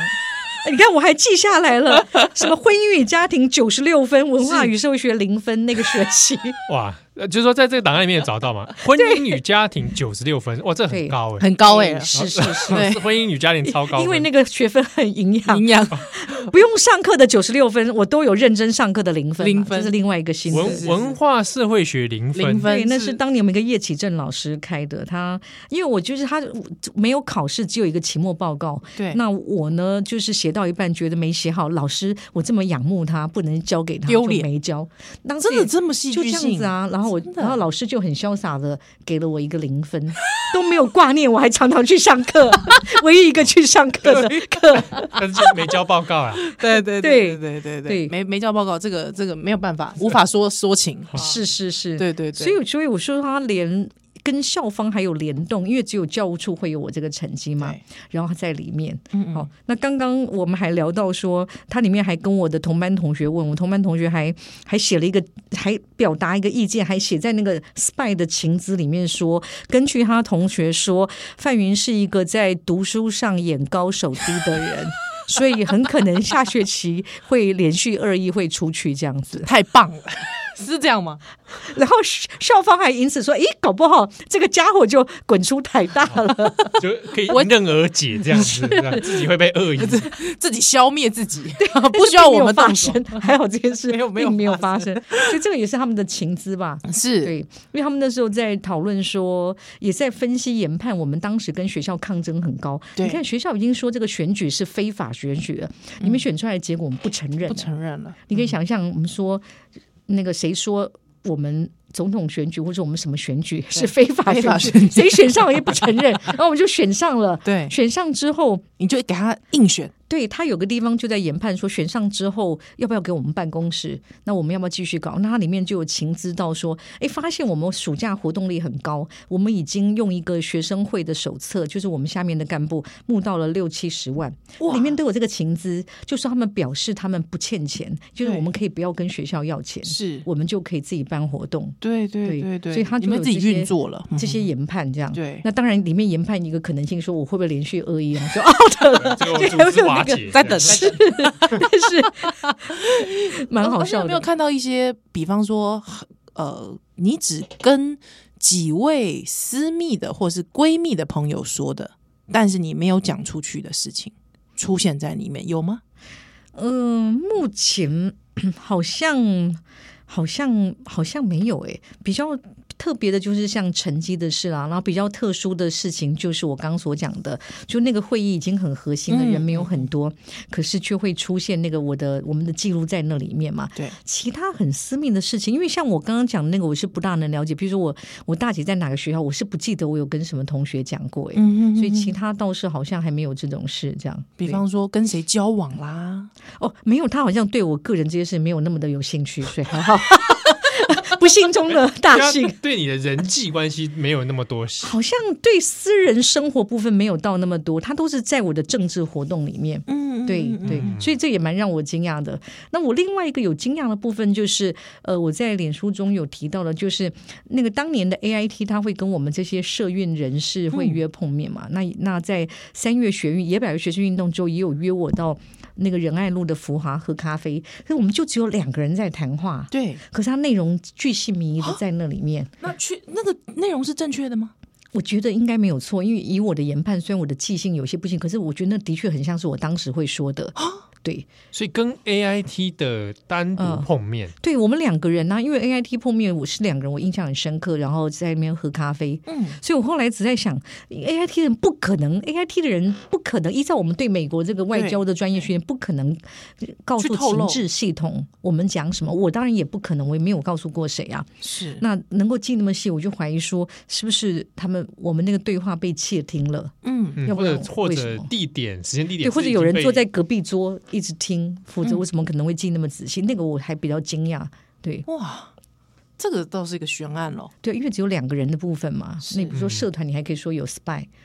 [SPEAKER 3] 哎你看，我还记下来了， 什么婚育与家庭九十六分，文化与社会学零分那个学期，
[SPEAKER 2] 哇，呃就是说在这个档案里面也找到 嘛，婚姻与家庭九十六分，哇，这很
[SPEAKER 3] 对
[SPEAKER 2] 高哎、
[SPEAKER 1] 很 高哎、
[SPEAKER 3] 是是是，
[SPEAKER 1] 对
[SPEAKER 2] 是婚姻与家庭超 高分，
[SPEAKER 3] 因为那个学分很营 养，
[SPEAKER 1] 营养
[SPEAKER 3] 不用上课的九十六分，我都有认真上课的零分嘛，
[SPEAKER 1] 零分
[SPEAKER 3] 这是另外一个新的
[SPEAKER 2] 文文化社会学零分，
[SPEAKER 1] 零分
[SPEAKER 3] 对，那是当年我们一个叶启正老师开的，他因为我就是他没有考试，只有一个期末报告。
[SPEAKER 1] 对，
[SPEAKER 3] 那我呢，就是写到一半觉得没写好，老师我这么仰慕他，不能交给他，
[SPEAKER 1] 丢脸
[SPEAKER 3] 就没交。当时
[SPEAKER 1] 真的这么戏
[SPEAKER 3] 就
[SPEAKER 1] 剧
[SPEAKER 3] 这样
[SPEAKER 1] 性
[SPEAKER 3] 子啊，然后我
[SPEAKER 1] 真的
[SPEAKER 3] 然后老师就很潇洒的给了我一个零 分，都没有挂念，我还常常去上 课，唯一一个去上课的课。
[SPEAKER 2] 但是就没交报告 啊，
[SPEAKER 1] 对对对
[SPEAKER 3] 对
[SPEAKER 1] 对对对，
[SPEAKER 3] 对
[SPEAKER 1] 没没交报告，这个这个没有办法，无法说说情。哈，
[SPEAKER 3] 是是是，
[SPEAKER 1] 对对对，
[SPEAKER 3] 所以，所以我说他连跟校方还有联动，因为只有教务处会有我这个成绩嘛
[SPEAKER 1] 对，
[SPEAKER 3] 然后他在里面。
[SPEAKER 1] 嗯嗯
[SPEAKER 3] 好、那刚刚我们还聊到说，他里面还跟我的同班同学问我，同班同学还还写了一个，还表达一个意见，还写在那个 spy 的情资里面说，根据他同学说，范云是一个在读书上眼高手低的人。 所以很可能下学期会连续二一会出去这样子，
[SPEAKER 1] 太棒了，是这样吗？
[SPEAKER 3] 然后校方还因此说：“诶，搞不好这个家伙就滚出台大了。
[SPEAKER 2] 就可以迎刃而解这样子，这样自己会被恶 意。
[SPEAKER 1] 自己消灭自己，不需要我们
[SPEAKER 3] 但
[SPEAKER 1] 动
[SPEAKER 3] 是
[SPEAKER 1] 手
[SPEAKER 3] 并没有发生，还好这件事
[SPEAKER 1] 没有没有
[SPEAKER 3] 并没有发生，所以这个也是他们的情资吧。”
[SPEAKER 1] 是
[SPEAKER 3] 对，因为他们那时候在讨论说，也在分析研判，我们当时跟学校抗争很高。
[SPEAKER 1] 对嗯
[SPEAKER 3] 你看，学校已经说这个选举是非法选举了，你们选出来的结果我们不承认
[SPEAKER 1] 不
[SPEAKER 3] 了。
[SPEAKER 1] 承认了，
[SPEAKER 3] 你可以想象，我们说那个谁说我们总统选举或者我们什么选举是非法
[SPEAKER 1] 非法
[SPEAKER 3] 选
[SPEAKER 1] 选
[SPEAKER 3] 举，
[SPEAKER 1] 举
[SPEAKER 3] 谁选上也不承认，然后我们就选上了。
[SPEAKER 1] 对
[SPEAKER 3] 选上之后，
[SPEAKER 1] 你就给他硬选，
[SPEAKER 3] 对他有个地方就在研判说，选上之后要不要给我们办公室？那我们要不要继续搞？那它里面就有情资到说，哎，发现我们暑假活动力很高，我们已经用一个学生会的手册，就是我们下面的干部募到了六七十万，里面都有这个情资，就说他们表示他们不欠钱，就是
[SPEAKER 1] 对
[SPEAKER 3] 我们可以不要跟学校要钱，
[SPEAKER 1] 是
[SPEAKER 3] 我们就可以自己办活动，
[SPEAKER 1] 对对
[SPEAKER 3] 对
[SPEAKER 1] 对对，
[SPEAKER 3] 所以他就
[SPEAKER 1] 你们
[SPEAKER 3] 有
[SPEAKER 1] 自己
[SPEAKER 3] 这些
[SPEAKER 1] 运作了嗯
[SPEAKER 3] 这些研判这样。
[SPEAKER 1] 对。
[SPEAKER 3] 那当然，里面研判一个可能性，说我会不会连续恶意啊？就
[SPEAKER 2] 这 个我组织瓦解，
[SPEAKER 1] 在等，
[SPEAKER 2] 这
[SPEAKER 1] 在
[SPEAKER 2] 样
[SPEAKER 1] 等
[SPEAKER 3] 但是 蛮好
[SPEAKER 1] 而且
[SPEAKER 3] 笑
[SPEAKER 1] 哦有没有
[SPEAKER 3] 的。
[SPEAKER 1] 看到一些，比方说，呃，你只跟几位私密的或是闺蜜的朋友说的，但是你没有讲出去的事情，出现在里面有吗？
[SPEAKER 3] 嗯、目前好像好像好像没有诶、比较特别的就是像成绩的事啦，然后比较特殊的事情就是我刚所讲的，就那个会议已经很核心了，
[SPEAKER 1] 嗯
[SPEAKER 3] 人没有很多，可是却会出现那个我的我们的记录在那里面嘛。
[SPEAKER 1] 对，
[SPEAKER 3] 其他很私密的事情，因为像我刚刚讲的那个，我是不大能了解。比如说我我大姐在哪个学校，我是不记得我有跟什么同学讲过诶、
[SPEAKER 1] 嗯
[SPEAKER 3] 所以其他倒是好像还没有这种事，这样。
[SPEAKER 1] 比方说跟谁交往啦，
[SPEAKER 3] 哦，没有，他好像对我个人这些事没有那么的有 兴趣，所以还好。 不幸中的大
[SPEAKER 1] 啊
[SPEAKER 3] 幸，
[SPEAKER 2] 对你的人际关系没有那么多戏，
[SPEAKER 3] 好像对私人生活部分没有到那么多，他都是在我的政治活动里面。
[SPEAKER 1] 嗯
[SPEAKER 3] 对对，所以这也蛮让我惊讶的。那我另外一个有惊讶的部分就是，呃，我在脸书中有提到的，就是那个当年的 AIT，他会跟我们这些社运人士
[SPEAKER 1] 嗯
[SPEAKER 3] 会约碰面嘛？那那在三月学运、野百合学生运动之后，也有约我到那个仁爱路的福华喝咖啡，可是我们就只有两个人在谈话，
[SPEAKER 1] 对，
[SPEAKER 3] 可是它内容巨细靡遗的
[SPEAKER 1] 哦
[SPEAKER 3] 在那里面。
[SPEAKER 1] 那去那个内容是正确的吗？
[SPEAKER 3] 我觉得应该没有
[SPEAKER 1] 哦
[SPEAKER 3] 错，因为以我的研判，虽然我的记性有些不行，可是我觉得那的确很像是我当时会说的。对，
[SPEAKER 2] 所以跟 AIT 的单独
[SPEAKER 3] 嗯
[SPEAKER 2] 碰面，
[SPEAKER 3] 对我们两个人呢、啊因为 AIT 碰面，我是两个人，我印象很深刻，然后在那边喝咖啡。
[SPEAKER 1] 嗯，
[SPEAKER 3] 所以我后来只在想，AIT 人不可能，AIT 的人不可能依照我们对美国这个外交的专业训练，不可能告
[SPEAKER 1] 去
[SPEAKER 3] 诉
[SPEAKER 1] 透露
[SPEAKER 3] 情治系统我们讲什么。我当然也不可能，我也没有告诉过谁啊。
[SPEAKER 1] 是
[SPEAKER 3] 那能够记那么细，我就怀疑说，是不是他们我们那个对话被窃听了？
[SPEAKER 1] 嗯
[SPEAKER 2] 嗯
[SPEAKER 3] 要不
[SPEAKER 2] 或
[SPEAKER 3] 然
[SPEAKER 2] 者或
[SPEAKER 3] 为
[SPEAKER 2] 者
[SPEAKER 3] 什么
[SPEAKER 2] 地点、时间、地
[SPEAKER 3] 对，
[SPEAKER 2] 点，
[SPEAKER 3] 或者
[SPEAKER 2] 是已经
[SPEAKER 3] 有人
[SPEAKER 2] 被嗯
[SPEAKER 3] 坐在隔壁桌一直听，否则我怎么可能会记那么仔细？那个我还比较惊讶。对
[SPEAKER 1] 哇，这个倒是一个悬案喽。
[SPEAKER 3] 对，因为只有两个人的部分嘛，那比如说社团，你还可以说有 spy，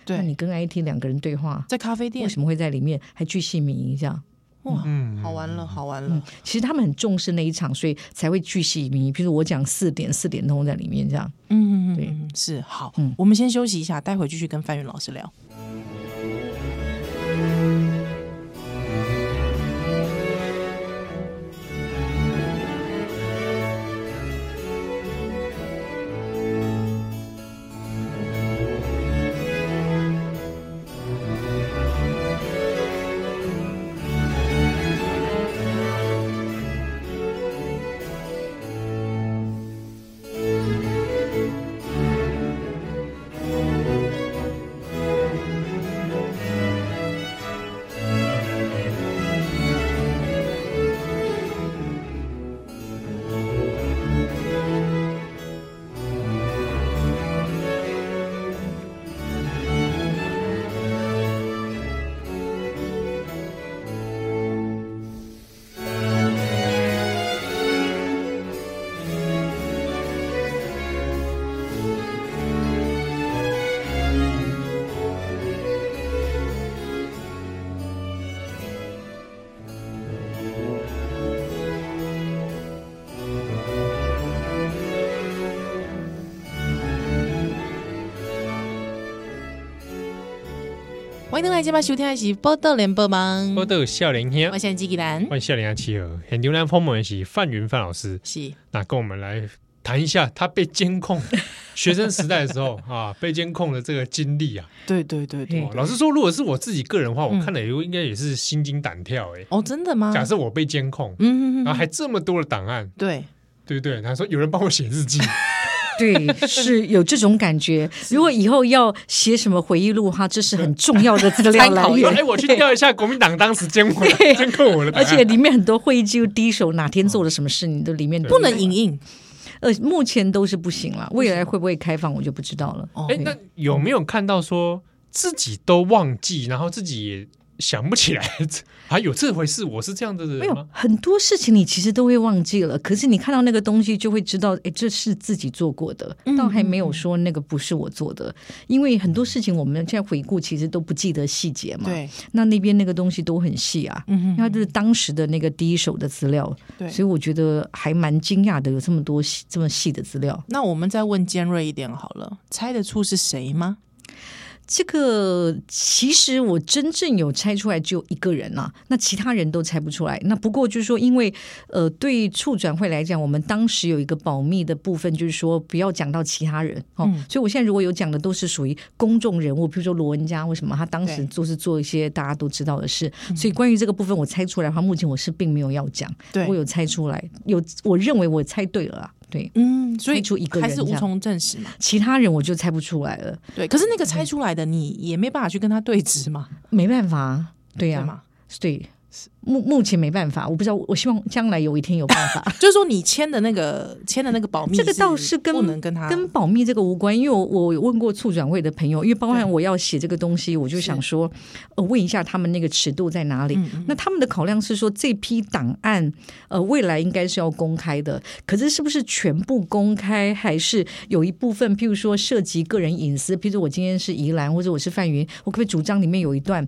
[SPEAKER 3] 那
[SPEAKER 1] 对
[SPEAKER 3] 你，跟 IT 两个人对话，
[SPEAKER 1] 在咖啡
[SPEAKER 3] 为
[SPEAKER 1] 店，
[SPEAKER 3] 什么会在里面还巨细靡遗这样？
[SPEAKER 1] 哇，
[SPEAKER 2] 嗯
[SPEAKER 1] 好玩了，好玩了。
[SPEAKER 3] 其实他们很重视那一场，所以才会巨细靡遗。比如我讲四点，四点通通在里面这样。
[SPEAKER 1] 嗯，嗯
[SPEAKER 3] 对
[SPEAKER 1] 嗯，是好
[SPEAKER 3] 嗯，
[SPEAKER 1] 我们先休息一下，待会继续跟范云老师聊。欢迎回来，今晚收听的是《波特联播网》，
[SPEAKER 2] 我都有笑脸天
[SPEAKER 1] 我，现在纪吉兰，
[SPEAKER 2] 欢迎笑脸阿企鹅，很牛腩风门是范云范老师，
[SPEAKER 1] 是
[SPEAKER 2] 那跟我们来谈一下他被监控 学生时代的时候啊，被监控的这个经历啊。
[SPEAKER 1] 对对对对
[SPEAKER 3] 嘿，
[SPEAKER 2] 哇老实说，如果是我自己个人的话，我
[SPEAKER 1] 嗯
[SPEAKER 2] 看了以后应该也是心惊胆跳哎。
[SPEAKER 1] 哦，真的吗？
[SPEAKER 2] 假设我被监控，
[SPEAKER 1] 嗯，嗯嗯
[SPEAKER 2] 然
[SPEAKER 1] 嗯，
[SPEAKER 2] 后还这么多的档案，
[SPEAKER 1] 对，
[SPEAKER 2] 对不对？他说有人帮我写 日记，
[SPEAKER 3] 对，是有这种感觉。如果以后要写什么回忆录哈，这是很重要的资料
[SPEAKER 1] 参
[SPEAKER 3] 来
[SPEAKER 1] 考
[SPEAKER 2] 说
[SPEAKER 1] 用
[SPEAKER 2] 哎，
[SPEAKER 3] 源。
[SPEAKER 2] 我去调一下国民党当时监 控监控我的档
[SPEAKER 3] 而
[SPEAKER 2] 案，
[SPEAKER 3] 且里面很多会议记录，第一手哪天做了什么事，你都里面
[SPEAKER 2] 对
[SPEAKER 1] 不能影印
[SPEAKER 3] 呃，目前都是不行了，未来会不会开放我就不知道了。
[SPEAKER 1] 哦
[SPEAKER 2] 哎，那有没有看到说自己都忘记，然后自己也想不起来， 还有这回事？我是这样的
[SPEAKER 3] 没
[SPEAKER 2] 人
[SPEAKER 3] 有
[SPEAKER 2] 吗？
[SPEAKER 3] 很多事情你其实都会忘记了，可是你看到那个东西就会知道，哎，这是自己做过的，
[SPEAKER 1] 嗯
[SPEAKER 3] 倒还没有说那个不是我做的，因为很多事情我们现在回顾其实都不记得细节嘛。，
[SPEAKER 1] 对，
[SPEAKER 3] 那那边那个东西都很细啊，
[SPEAKER 1] 嗯
[SPEAKER 3] 因为它就是当时的那个第一手的资料，
[SPEAKER 1] 对
[SPEAKER 3] 所以我觉得还蛮惊讶的，有这么多细这么细的资料。
[SPEAKER 1] 那我们再问尖锐一点好了，猜得出是谁吗？
[SPEAKER 3] 这个其实我真正有猜出来只有一个人啊，那其他人都猜不出来。那不过就是说，因为呃，对处转会来讲，我们当时有一个保密的部分，就是说不要讲到其他人哦。
[SPEAKER 1] 嗯
[SPEAKER 3] 所以我现在如果有讲的，都是属于公众人物，比如说罗文佳，为什么他当时
[SPEAKER 1] 对
[SPEAKER 3] 就是做一些大家都知道的事。所以关于这个部分，我猜出来的话，目前我是并没有要讲，
[SPEAKER 1] 对
[SPEAKER 3] 我，有猜出来，有我认为我猜对了啊。对，
[SPEAKER 1] 嗯，所以
[SPEAKER 3] 猜出一个
[SPEAKER 1] 还
[SPEAKER 3] 人
[SPEAKER 1] 是
[SPEAKER 3] 这
[SPEAKER 1] 无
[SPEAKER 3] 样
[SPEAKER 1] 从证实嘛。
[SPEAKER 3] 其他人我就猜不出来了，
[SPEAKER 1] 对，可是那个猜出来的，你也没办法去跟他对峙嘛，
[SPEAKER 3] 没办法啊，对
[SPEAKER 1] 对
[SPEAKER 3] 呀、
[SPEAKER 1] 吗？
[SPEAKER 3] 对，目目前没办法，我不知道，我希望将来有一天有办法。
[SPEAKER 1] 就是说你签的那个签的那个保密，
[SPEAKER 3] 这个倒是跟
[SPEAKER 1] 不能跟他嗯
[SPEAKER 3] 跟保密这个无关，因为我我有问过促转会的朋友，因为包含我要写这个东西，我就想说，呃，问一下他们那个尺度在哪
[SPEAKER 1] 嗯
[SPEAKER 3] 里。那他们的考量是说，这批档案，呃，未来应该是要公开的，可是是不是全部公开，还是有一部分，譬如说涉及个人隐私，譬如我今天是宜兰，或者我是范云，我可不可以主张里面有一段，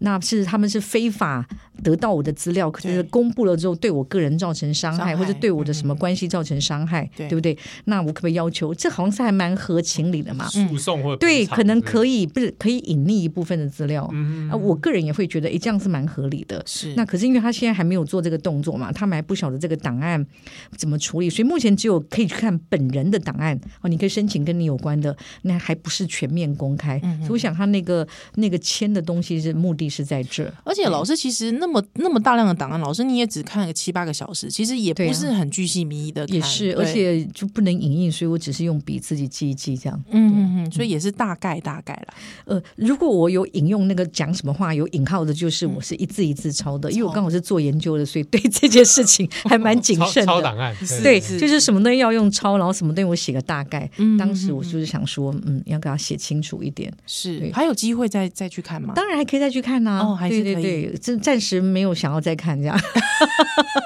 [SPEAKER 3] 那是他们是非法得到我的资料，可是
[SPEAKER 1] 对
[SPEAKER 3] 公布了之后对我个人造成伤害，
[SPEAKER 1] 伤害嗯
[SPEAKER 3] 或者对我的什么关系造成伤害，
[SPEAKER 1] 对
[SPEAKER 3] 对不对？那我可不可以要求？这好像是还蛮合情理的嘛。
[SPEAKER 2] 诉讼或者
[SPEAKER 3] 嗯对，
[SPEAKER 2] 赔偿
[SPEAKER 3] 可能
[SPEAKER 2] 之类的
[SPEAKER 3] 可以，不是可以隐匿一部分的资料。
[SPEAKER 2] 嗯
[SPEAKER 3] 啊，我个人也会觉得，诶，这样是蛮合理的。
[SPEAKER 1] 是
[SPEAKER 3] 那可是因为他现在还没有做这个动作嘛，他们还不晓得这个档案怎么处理，所以目前只有可以去看本人的档案哦，你可以申请跟你有关的，那还不是全面公
[SPEAKER 1] 嗯
[SPEAKER 3] 开。所以我想他那个那个签的东西是目的是在这儿。
[SPEAKER 1] 而且老师其实那么那那么大量的档案，老师你也只看个七八个小时，其实也
[SPEAKER 3] 对
[SPEAKER 1] 不
[SPEAKER 3] 啊
[SPEAKER 1] 是很巨细靡遗的看，
[SPEAKER 3] 也是，
[SPEAKER 1] 对
[SPEAKER 3] 而且就不能影印，所以我只是用笔自己记一记这样。
[SPEAKER 1] 嗯嗯嗯，所以也是大概大概啦。
[SPEAKER 3] 呃，如果我有引用那个讲什么话有引号的，就是我是一字一字抄
[SPEAKER 1] 嗯
[SPEAKER 3] 的，因为我刚好是做研究的，所以对这件事情还
[SPEAKER 1] 哦
[SPEAKER 3] 蛮谨
[SPEAKER 2] 超
[SPEAKER 3] 慎
[SPEAKER 2] 超
[SPEAKER 3] 的。
[SPEAKER 2] 档案，
[SPEAKER 1] 是
[SPEAKER 3] 对，
[SPEAKER 1] 是
[SPEAKER 3] 就是什么东西要用抄，然后什么东西我写个大概。
[SPEAKER 1] 嗯
[SPEAKER 3] 当时我就是想说，嗯，要给他写清楚一点。
[SPEAKER 1] 是
[SPEAKER 3] 对
[SPEAKER 1] 还有机会再再去看吗？
[SPEAKER 3] 当然还可以再去看呐、
[SPEAKER 1] 哦还是
[SPEAKER 3] 对
[SPEAKER 1] 可
[SPEAKER 3] 对
[SPEAKER 1] 以
[SPEAKER 3] 对，暂暂时没有想要再看这样。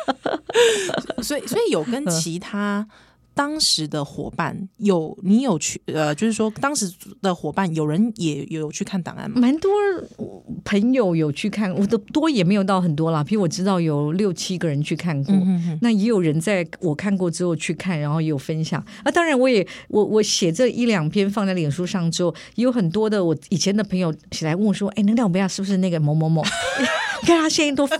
[SPEAKER 1] 所以所以有
[SPEAKER 3] 嗯
[SPEAKER 1] 跟其他当时的伙伴有你有去呃，就是说当时的伙伴有人也有去看档案吗？
[SPEAKER 3] 蛮多朋友有去看，我的多也没有到很多啦。譬如我知道有六七个人去看过，
[SPEAKER 1] 嗯嗯
[SPEAKER 3] 那也有人在我看过之后去看，然后也有分享。啊，当然我也我我写这一两篇放在脸书上之后，也有很多的我以前的朋友起来问我说：“哎，那廖美亚是不是那个某某某？” 你看他现在都发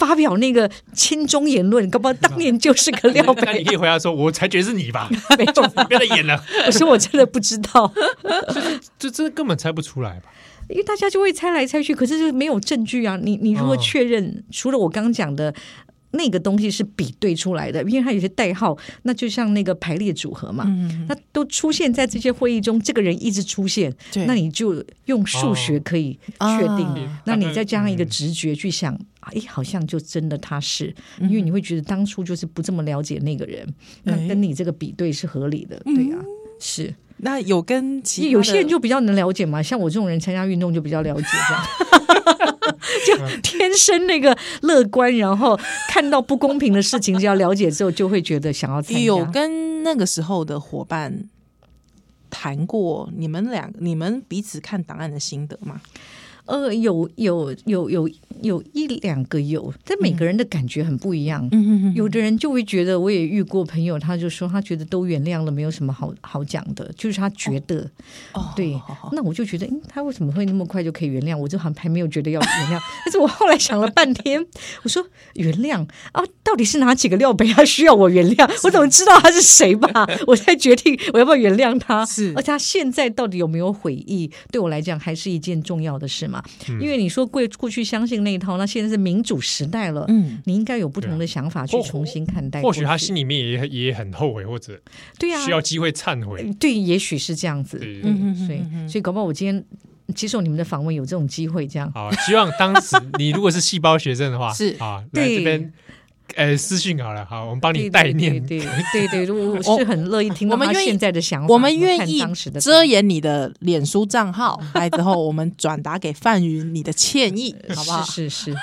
[SPEAKER 3] 发表那个亲中言论，搞不好当年就是 个廖
[SPEAKER 2] 那那
[SPEAKER 3] 美
[SPEAKER 2] 你可以回答说，我才觉得是你 吧，
[SPEAKER 3] 亚，没有，
[SPEAKER 2] 不要再演了，
[SPEAKER 3] 我说我真的不知道。
[SPEAKER 2] 这这根本猜不出来吧？
[SPEAKER 3] 因为大家就会猜来猜去，可是就没有证据啊。你你如何
[SPEAKER 2] 嗯
[SPEAKER 3] 确认？除了我刚刚讲的那个东西是比对出来的，因为它有些代号，那就像那个排列组合嘛，
[SPEAKER 1] 嗯，
[SPEAKER 3] 那都出现在这些会议中，这个人一直出现，
[SPEAKER 1] 对，
[SPEAKER 3] 那你就用数学可以确定。
[SPEAKER 1] 啊
[SPEAKER 2] 嗯
[SPEAKER 3] 哦那你再加上一个直觉去想，哎、好像就真的他是，因为你会觉得当初就是不这么了解那个人，那
[SPEAKER 1] 哎
[SPEAKER 3] 跟你这个比对是合理的，对呀、是。
[SPEAKER 1] 那有跟其他的
[SPEAKER 3] 有些人就比较能了解嘛，像我这种人参加运动就比较了解，这 样就天生那个乐观，然后看到不公平的事情就要了解之后，就会觉得想要参加。
[SPEAKER 1] 有跟那个时候的伙伴谈过你们两你们彼此看档案的心得吗？
[SPEAKER 3] 呃，有有有有有一两个有，但每个人的感觉很不一样。
[SPEAKER 1] 嗯嗯
[SPEAKER 3] 有的人就会觉得，我也遇过朋友，他就说他觉得都原谅了，没有什么好好讲的，就是他觉得。
[SPEAKER 1] 哦
[SPEAKER 3] 对
[SPEAKER 1] 好好好，
[SPEAKER 3] 那我就觉得，嗯，他为什么会那么快就可以原谅？我就好像还没有觉得要原谅， 但是我后来想了半天，我说原谅啊，到底是哪几个廖北亚需要我原谅？我怎么知道他是谁吧？我才决定我要不要原谅他。
[SPEAKER 1] 是
[SPEAKER 3] 而且他现在到底有没有悔意，对我来讲还是一件重要的事嘛。
[SPEAKER 2] 嗯
[SPEAKER 3] 因为你说过过去相信那一套，那现在是民主时代了，
[SPEAKER 1] 嗯
[SPEAKER 3] 你应该有不同的想法去重新看待
[SPEAKER 2] 啊
[SPEAKER 3] 过
[SPEAKER 2] 或
[SPEAKER 3] 去。
[SPEAKER 2] 许他心里面也也很后悔，或者
[SPEAKER 3] 对啊嗯呀、
[SPEAKER 2] 需要机会忏悔。
[SPEAKER 3] 对，也许是这样子。
[SPEAKER 2] 对
[SPEAKER 1] 嗯嗯嗯
[SPEAKER 3] 所以
[SPEAKER 1] 嗯嗯
[SPEAKER 3] 所以搞不好我今天接受你们的访问有这种机会，这样
[SPEAKER 2] 好，希望当时你如果是细胞学生的话，
[SPEAKER 1] 是
[SPEAKER 2] 啊，来
[SPEAKER 3] 对
[SPEAKER 2] 这边呃私讯好了，好，我们帮
[SPEAKER 3] 对
[SPEAKER 2] 你代念。
[SPEAKER 3] 对对对对，我我是很乐意听
[SPEAKER 1] 我
[SPEAKER 3] 到
[SPEAKER 1] 们
[SPEAKER 3] 他
[SPEAKER 1] 愿意
[SPEAKER 3] 现在的想法，
[SPEAKER 1] 我们愿
[SPEAKER 3] 看
[SPEAKER 1] 意
[SPEAKER 3] 当时的
[SPEAKER 1] 遮掩你的脸书账号，来之后我们转达给范云你的歉意，好不好？
[SPEAKER 3] 是是是，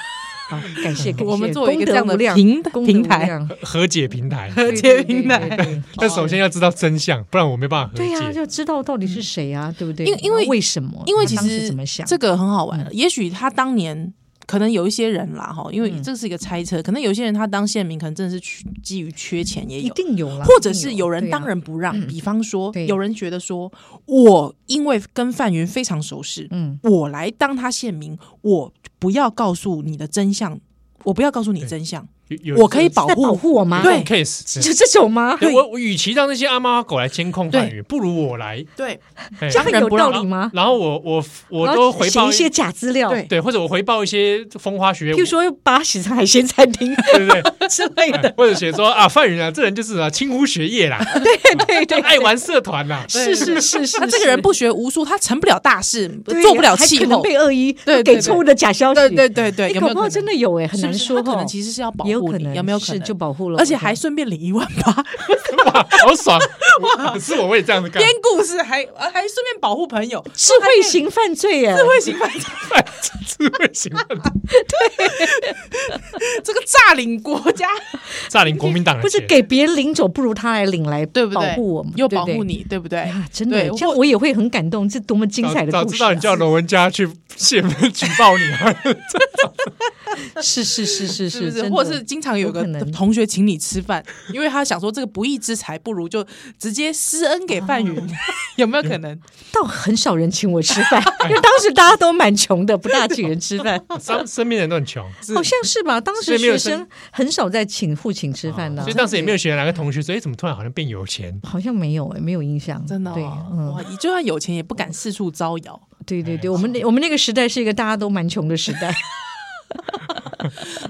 [SPEAKER 3] 好，感谢感谢，
[SPEAKER 1] 我们作为一个这样的
[SPEAKER 3] 功德无量
[SPEAKER 1] 平
[SPEAKER 3] 功德
[SPEAKER 1] 平
[SPEAKER 3] 无
[SPEAKER 1] 台
[SPEAKER 3] 量
[SPEAKER 2] 和解平台，
[SPEAKER 1] 和
[SPEAKER 3] 对
[SPEAKER 1] 解
[SPEAKER 3] 对
[SPEAKER 1] 平
[SPEAKER 3] 对
[SPEAKER 1] 台。啊
[SPEAKER 3] 对对
[SPEAKER 2] 但首先要知道真相，不然我没办法和
[SPEAKER 3] 对啊呀，
[SPEAKER 2] 解。
[SPEAKER 3] 就知道到底是谁啊，对不
[SPEAKER 1] 嗯
[SPEAKER 3] 对？
[SPEAKER 1] 因因为
[SPEAKER 3] 那为什么？
[SPEAKER 1] 因为其
[SPEAKER 3] 他当时
[SPEAKER 1] 实
[SPEAKER 3] 怎么想？
[SPEAKER 1] 这个很好
[SPEAKER 3] 嗯
[SPEAKER 1] 玩，也许他当年。可能有一些人啦，哈，因为
[SPEAKER 3] 嗯
[SPEAKER 1] 这是一个猜测，可能有些人他当县民，可能真的是去基于缺钱也
[SPEAKER 3] 一
[SPEAKER 1] 有，
[SPEAKER 3] 定有啦，
[SPEAKER 1] 或者
[SPEAKER 3] 一定
[SPEAKER 1] 是有人
[SPEAKER 3] 对啊
[SPEAKER 1] 当仁不让。比方说，
[SPEAKER 3] 对
[SPEAKER 1] 有人觉得说，我因为跟范云非常熟识，
[SPEAKER 3] 嗯
[SPEAKER 1] 我来当他县民，我不要告诉你的真相，我不要告诉你真相，
[SPEAKER 2] 有
[SPEAKER 1] 我可以保
[SPEAKER 3] 在保
[SPEAKER 1] 护。
[SPEAKER 3] 护我吗？
[SPEAKER 2] 有这种
[SPEAKER 1] 对
[SPEAKER 2] case，
[SPEAKER 3] 就这种吗？
[SPEAKER 2] 对我我与其让那些阿猫阿狗来监控范宇，不如我来。
[SPEAKER 1] 对，
[SPEAKER 2] 嘿
[SPEAKER 3] 啊这样
[SPEAKER 1] 当然
[SPEAKER 3] 有
[SPEAKER 1] 不让
[SPEAKER 3] 道理吗？
[SPEAKER 2] 然后我我我
[SPEAKER 3] 然
[SPEAKER 2] 都
[SPEAKER 3] 后
[SPEAKER 2] 回
[SPEAKER 3] 写
[SPEAKER 2] 报
[SPEAKER 3] 一些假资料，
[SPEAKER 1] 对
[SPEAKER 2] 对，或者我回报一些风花雪月
[SPEAKER 3] 譬如，说把它写成海鲜 餐厅
[SPEAKER 2] 对不对？
[SPEAKER 3] 之类的，
[SPEAKER 2] 或者写说啊，范云啊，这人就是啊，轻忽学业啦，
[SPEAKER 3] 对对对，
[SPEAKER 2] 爱玩社团啦，
[SPEAKER 3] 是是是是，
[SPEAKER 1] 他这个人不学无术，他成不了大事，
[SPEAKER 3] 对
[SPEAKER 1] 做不了
[SPEAKER 3] 还
[SPEAKER 1] 气
[SPEAKER 3] 可能
[SPEAKER 1] 候。
[SPEAKER 3] 被恶意
[SPEAKER 1] 对对对
[SPEAKER 3] 给错误的假消息，
[SPEAKER 1] 对对对对，
[SPEAKER 3] 哎
[SPEAKER 1] 有没有
[SPEAKER 3] 搞不
[SPEAKER 1] 可
[SPEAKER 3] 好
[SPEAKER 1] 能？
[SPEAKER 3] 真的有哎，很
[SPEAKER 1] 是不
[SPEAKER 3] 难
[SPEAKER 1] 是
[SPEAKER 3] 说
[SPEAKER 1] 他可
[SPEAKER 3] 哈
[SPEAKER 1] 能。其实是要保
[SPEAKER 3] 也有
[SPEAKER 1] 护
[SPEAKER 3] 可
[SPEAKER 1] 你，
[SPEAKER 3] 能
[SPEAKER 1] 有没有可
[SPEAKER 3] 是
[SPEAKER 1] 能
[SPEAKER 3] 就保护了我？
[SPEAKER 1] 而且还顺便领一万八，
[SPEAKER 2] 哇，好爽！哇，是我我也这样子干
[SPEAKER 1] 编，故事 还呃还顺便保护朋友，
[SPEAKER 3] 智慧型犯罪耶，
[SPEAKER 1] 会行犯罪
[SPEAKER 2] 智慧型犯 罪
[SPEAKER 1] 这个诈领国家，
[SPEAKER 2] 占领国民党的
[SPEAKER 3] 不是
[SPEAKER 2] 钱
[SPEAKER 3] 给别人领走，不如他来领来，
[SPEAKER 1] 对不对？
[SPEAKER 3] 保护我们，
[SPEAKER 1] 又
[SPEAKER 3] 对
[SPEAKER 1] 保
[SPEAKER 3] 不对
[SPEAKER 1] 护你，对不对？
[SPEAKER 3] 啊！真的，
[SPEAKER 1] 对
[SPEAKER 3] 这样我也会很感动，这多么精彩的
[SPEAKER 2] 早
[SPEAKER 3] 故
[SPEAKER 2] 知
[SPEAKER 3] 事
[SPEAKER 2] 道你
[SPEAKER 3] 啊！
[SPEAKER 2] 叫罗文佳去县门举报你啊，
[SPEAKER 3] 是是是 是
[SPEAKER 1] 是不是？
[SPEAKER 3] 真的
[SPEAKER 1] 或是经常有个
[SPEAKER 3] 有可能
[SPEAKER 1] 同学请你吃饭，因为他想说这个不义之财，不如就直接施恩给范云，
[SPEAKER 3] 啊
[SPEAKER 1] 有没有可 能？
[SPEAKER 3] 倒很少人请我吃 饭，因为当时大家都蛮穷的，不大请人吃饭，
[SPEAKER 2] 身身边的人都很穷，
[SPEAKER 3] 好像是吧？当
[SPEAKER 2] 所
[SPEAKER 3] 时
[SPEAKER 2] 以没有
[SPEAKER 3] 学
[SPEAKER 2] 生
[SPEAKER 3] 生很少在请父请吃饭的
[SPEAKER 2] 所以，
[SPEAKER 1] 啊
[SPEAKER 2] 当时也没有学哪个同学说，哎，怎么突然好像变有钱？
[SPEAKER 3] 好像没有哎，没有印象，
[SPEAKER 1] 真的、哦，
[SPEAKER 3] 对，嗯，
[SPEAKER 1] 哇，就算有钱也不敢四处招摇。
[SPEAKER 3] 对对
[SPEAKER 2] 哎
[SPEAKER 3] 对，我们那我们那个时代是一个大家都蛮穷的时代，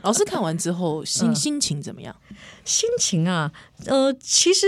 [SPEAKER 1] 老师看完之后心
[SPEAKER 3] 嗯
[SPEAKER 1] 心情怎么样？
[SPEAKER 3] 心情啊，呃，其实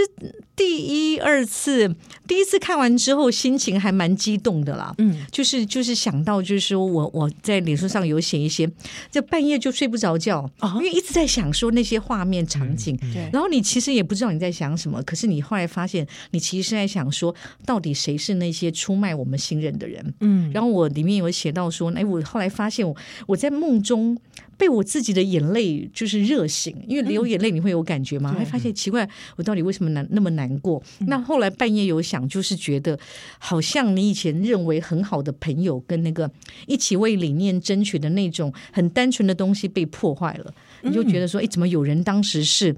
[SPEAKER 3] 第一、二次，第一次看完之后，心情还蛮激动的啦。
[SPEAKER 1] 嗯，
[SPEAKER 3] 就是就是想到，就是说我我在脸书上有写一些，这半夜就睡不着觉，
[SPEAKER 1] 啊
[SPEAKER 3] 因为一直在想说那些画面场景，
[SPEAKER 1] 对，
[SPEAKER 3] 然后你其实也不知道你在想什么，可是你后来发现，你其实是在想说，到底谁是那些出卖我们信任的人？
[SPEAKER 1] 嗯，
[SPEAKER 3] 然后我里面有写到说，哎，我后来发现我我在梦中被我自己的眼泪就是热醒，因为流眼泪你会有感觉嘛，
[SPEAKER 1] 对嗯
[SPEAKER 3] 还发现奇怪，我到底为什么难那么难过？那后来半夜有想，就是觉得好像你以前认为很好的朋友，跟那个一起为理念争取的那种很单纯的东西被破坏了，你就觉得
[SPEAKER 1] 嗯
[SPEAKER 3] 说，哎，怎么有人当时是？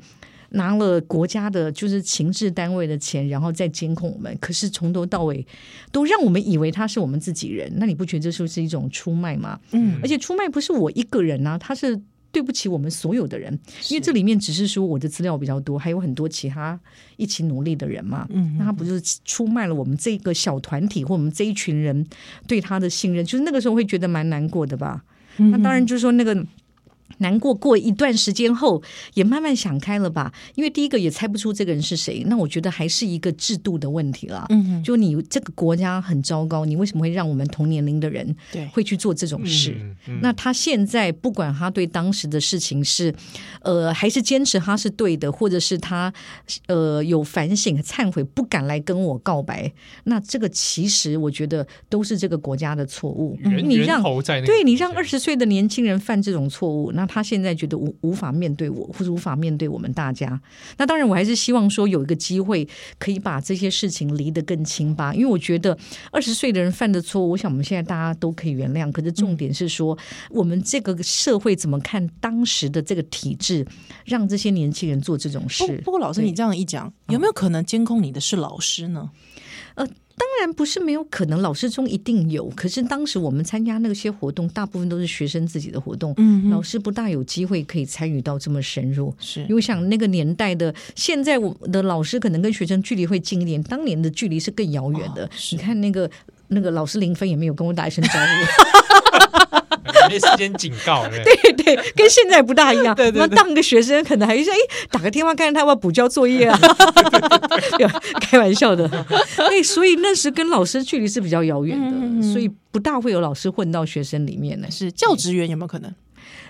[SPEAKER 3] 拿了国家的，就是情治单位的钱，然后再监控我们。可是从头到尾都让我们以为他是我们自己人，那你不觉得这是不是一种出卖吗？
[SPEAKER 1] 嗯
[SPEAKER 3] 而且出卖不是我一个人啊，他是对不起我们所有的人，因为这里面只是说我的资料比较多，还有很多其他一起努力的人嘛。
[SPEAKER 1] 嗯
[SPEAKER 3] 那他不就是出卖了我们这个小团体或我们这一群人对他的信任？就是那个时候会觉得蛮难过的吧。
[SPEAKER 1] 嗯
[SPEAKER 3] 那当然就是说那个。难过过一段时间后，也慢慢想开了吧。因为第一个也猜不出这个人是谁，那我觉得还是一个制度的问题啦。
[SPEAKER 1] 嗯哼，
[SPEAKER 3] 就你这个国家很糟糕，你为什么会让我们同年龄的人
[SPEAKER 1] 对，
[SPEAKER 3] 会去做这种事？
[SPEAKER 2] 嗯嗯
[SPEAKER 3] 那他现在不管他对当时的事情是，呃，还是坚持他是对的，或者是他呃有反省、忏悔，不敢来跟我告白，那这个其实我觉得都是这个国家的错误。
[SPEAKER 2] 人
[SPEAKER 3] 嗯你
[SPEAKER 2] 人
[SPEAKER 3] 让
[SPEAKER 2] 头在那个
[SPEAKER 3] 对你
[SPEAKER 2] 地
[SPEAKER 3] 让
[SPEAKER 2] 方
[SPEAKER 3] 二十岁的年轻人犯这种错误，那他现在觉得无无法面对我，或者无法面对我们大家。那当然，我还是希望说有一个机会可以把这些事情离得更清吧，因为我觉得二十岁的人犯的错误，我想我们现在大家都可以原谅。可是
[SPEAKER 2] 嗯
[SPEAKER 3] 重点是说，我们这个社会怎么看当时的这个体制，让这些年轻人做这种
[SPEAKER 1] 不
[SPEAKER 3] 事？
[SPEAKER 1] 不过老师
[SPEAKER 3] 对
[SPEAKER 1] 你这样一讲，
[SPEAKER 3] 嗯
[SPEAKER 1] 有没有可能监控你的是老师呢？
[SPEAKER 3] 当然不是没有可能，老师中一定有。可是当时我们参加那些活动，大部分都是学生自己的活动，
[SPEAKER 1] 嗯
[SPEAKER 3] 老师不大有机会可以参与到这么深入。
[SPEAKER 1] 是
[SPEAKER 3] 因为想那个年代的，现在我的老师可能跟学生距离会近一点，当年的距离是更遥远的。
[SPEAKER 1] 哦是
[SPEAKER 3] 你看那个那个老师林芬也没有跟我打一声招呼，
[SPEAKER 2] 没时间警告，对不对
[SPEAKER 3] 对 对，跟现在不大一样。
[SPEAKER 1] 对对对
[SPEAKER 3] 那当个学生可能还是哎打个电话看看他要不要补交作业啊，没有 开玩笑的。哎，所以那时跟老师距离是比较遥远的，
[SPEAKER 1] 嗯嗯嗯
[SPEAKER 3] 所以不大会有老师混到学生里面呢。
[SPEAKER 1] 是教职员有没有可能？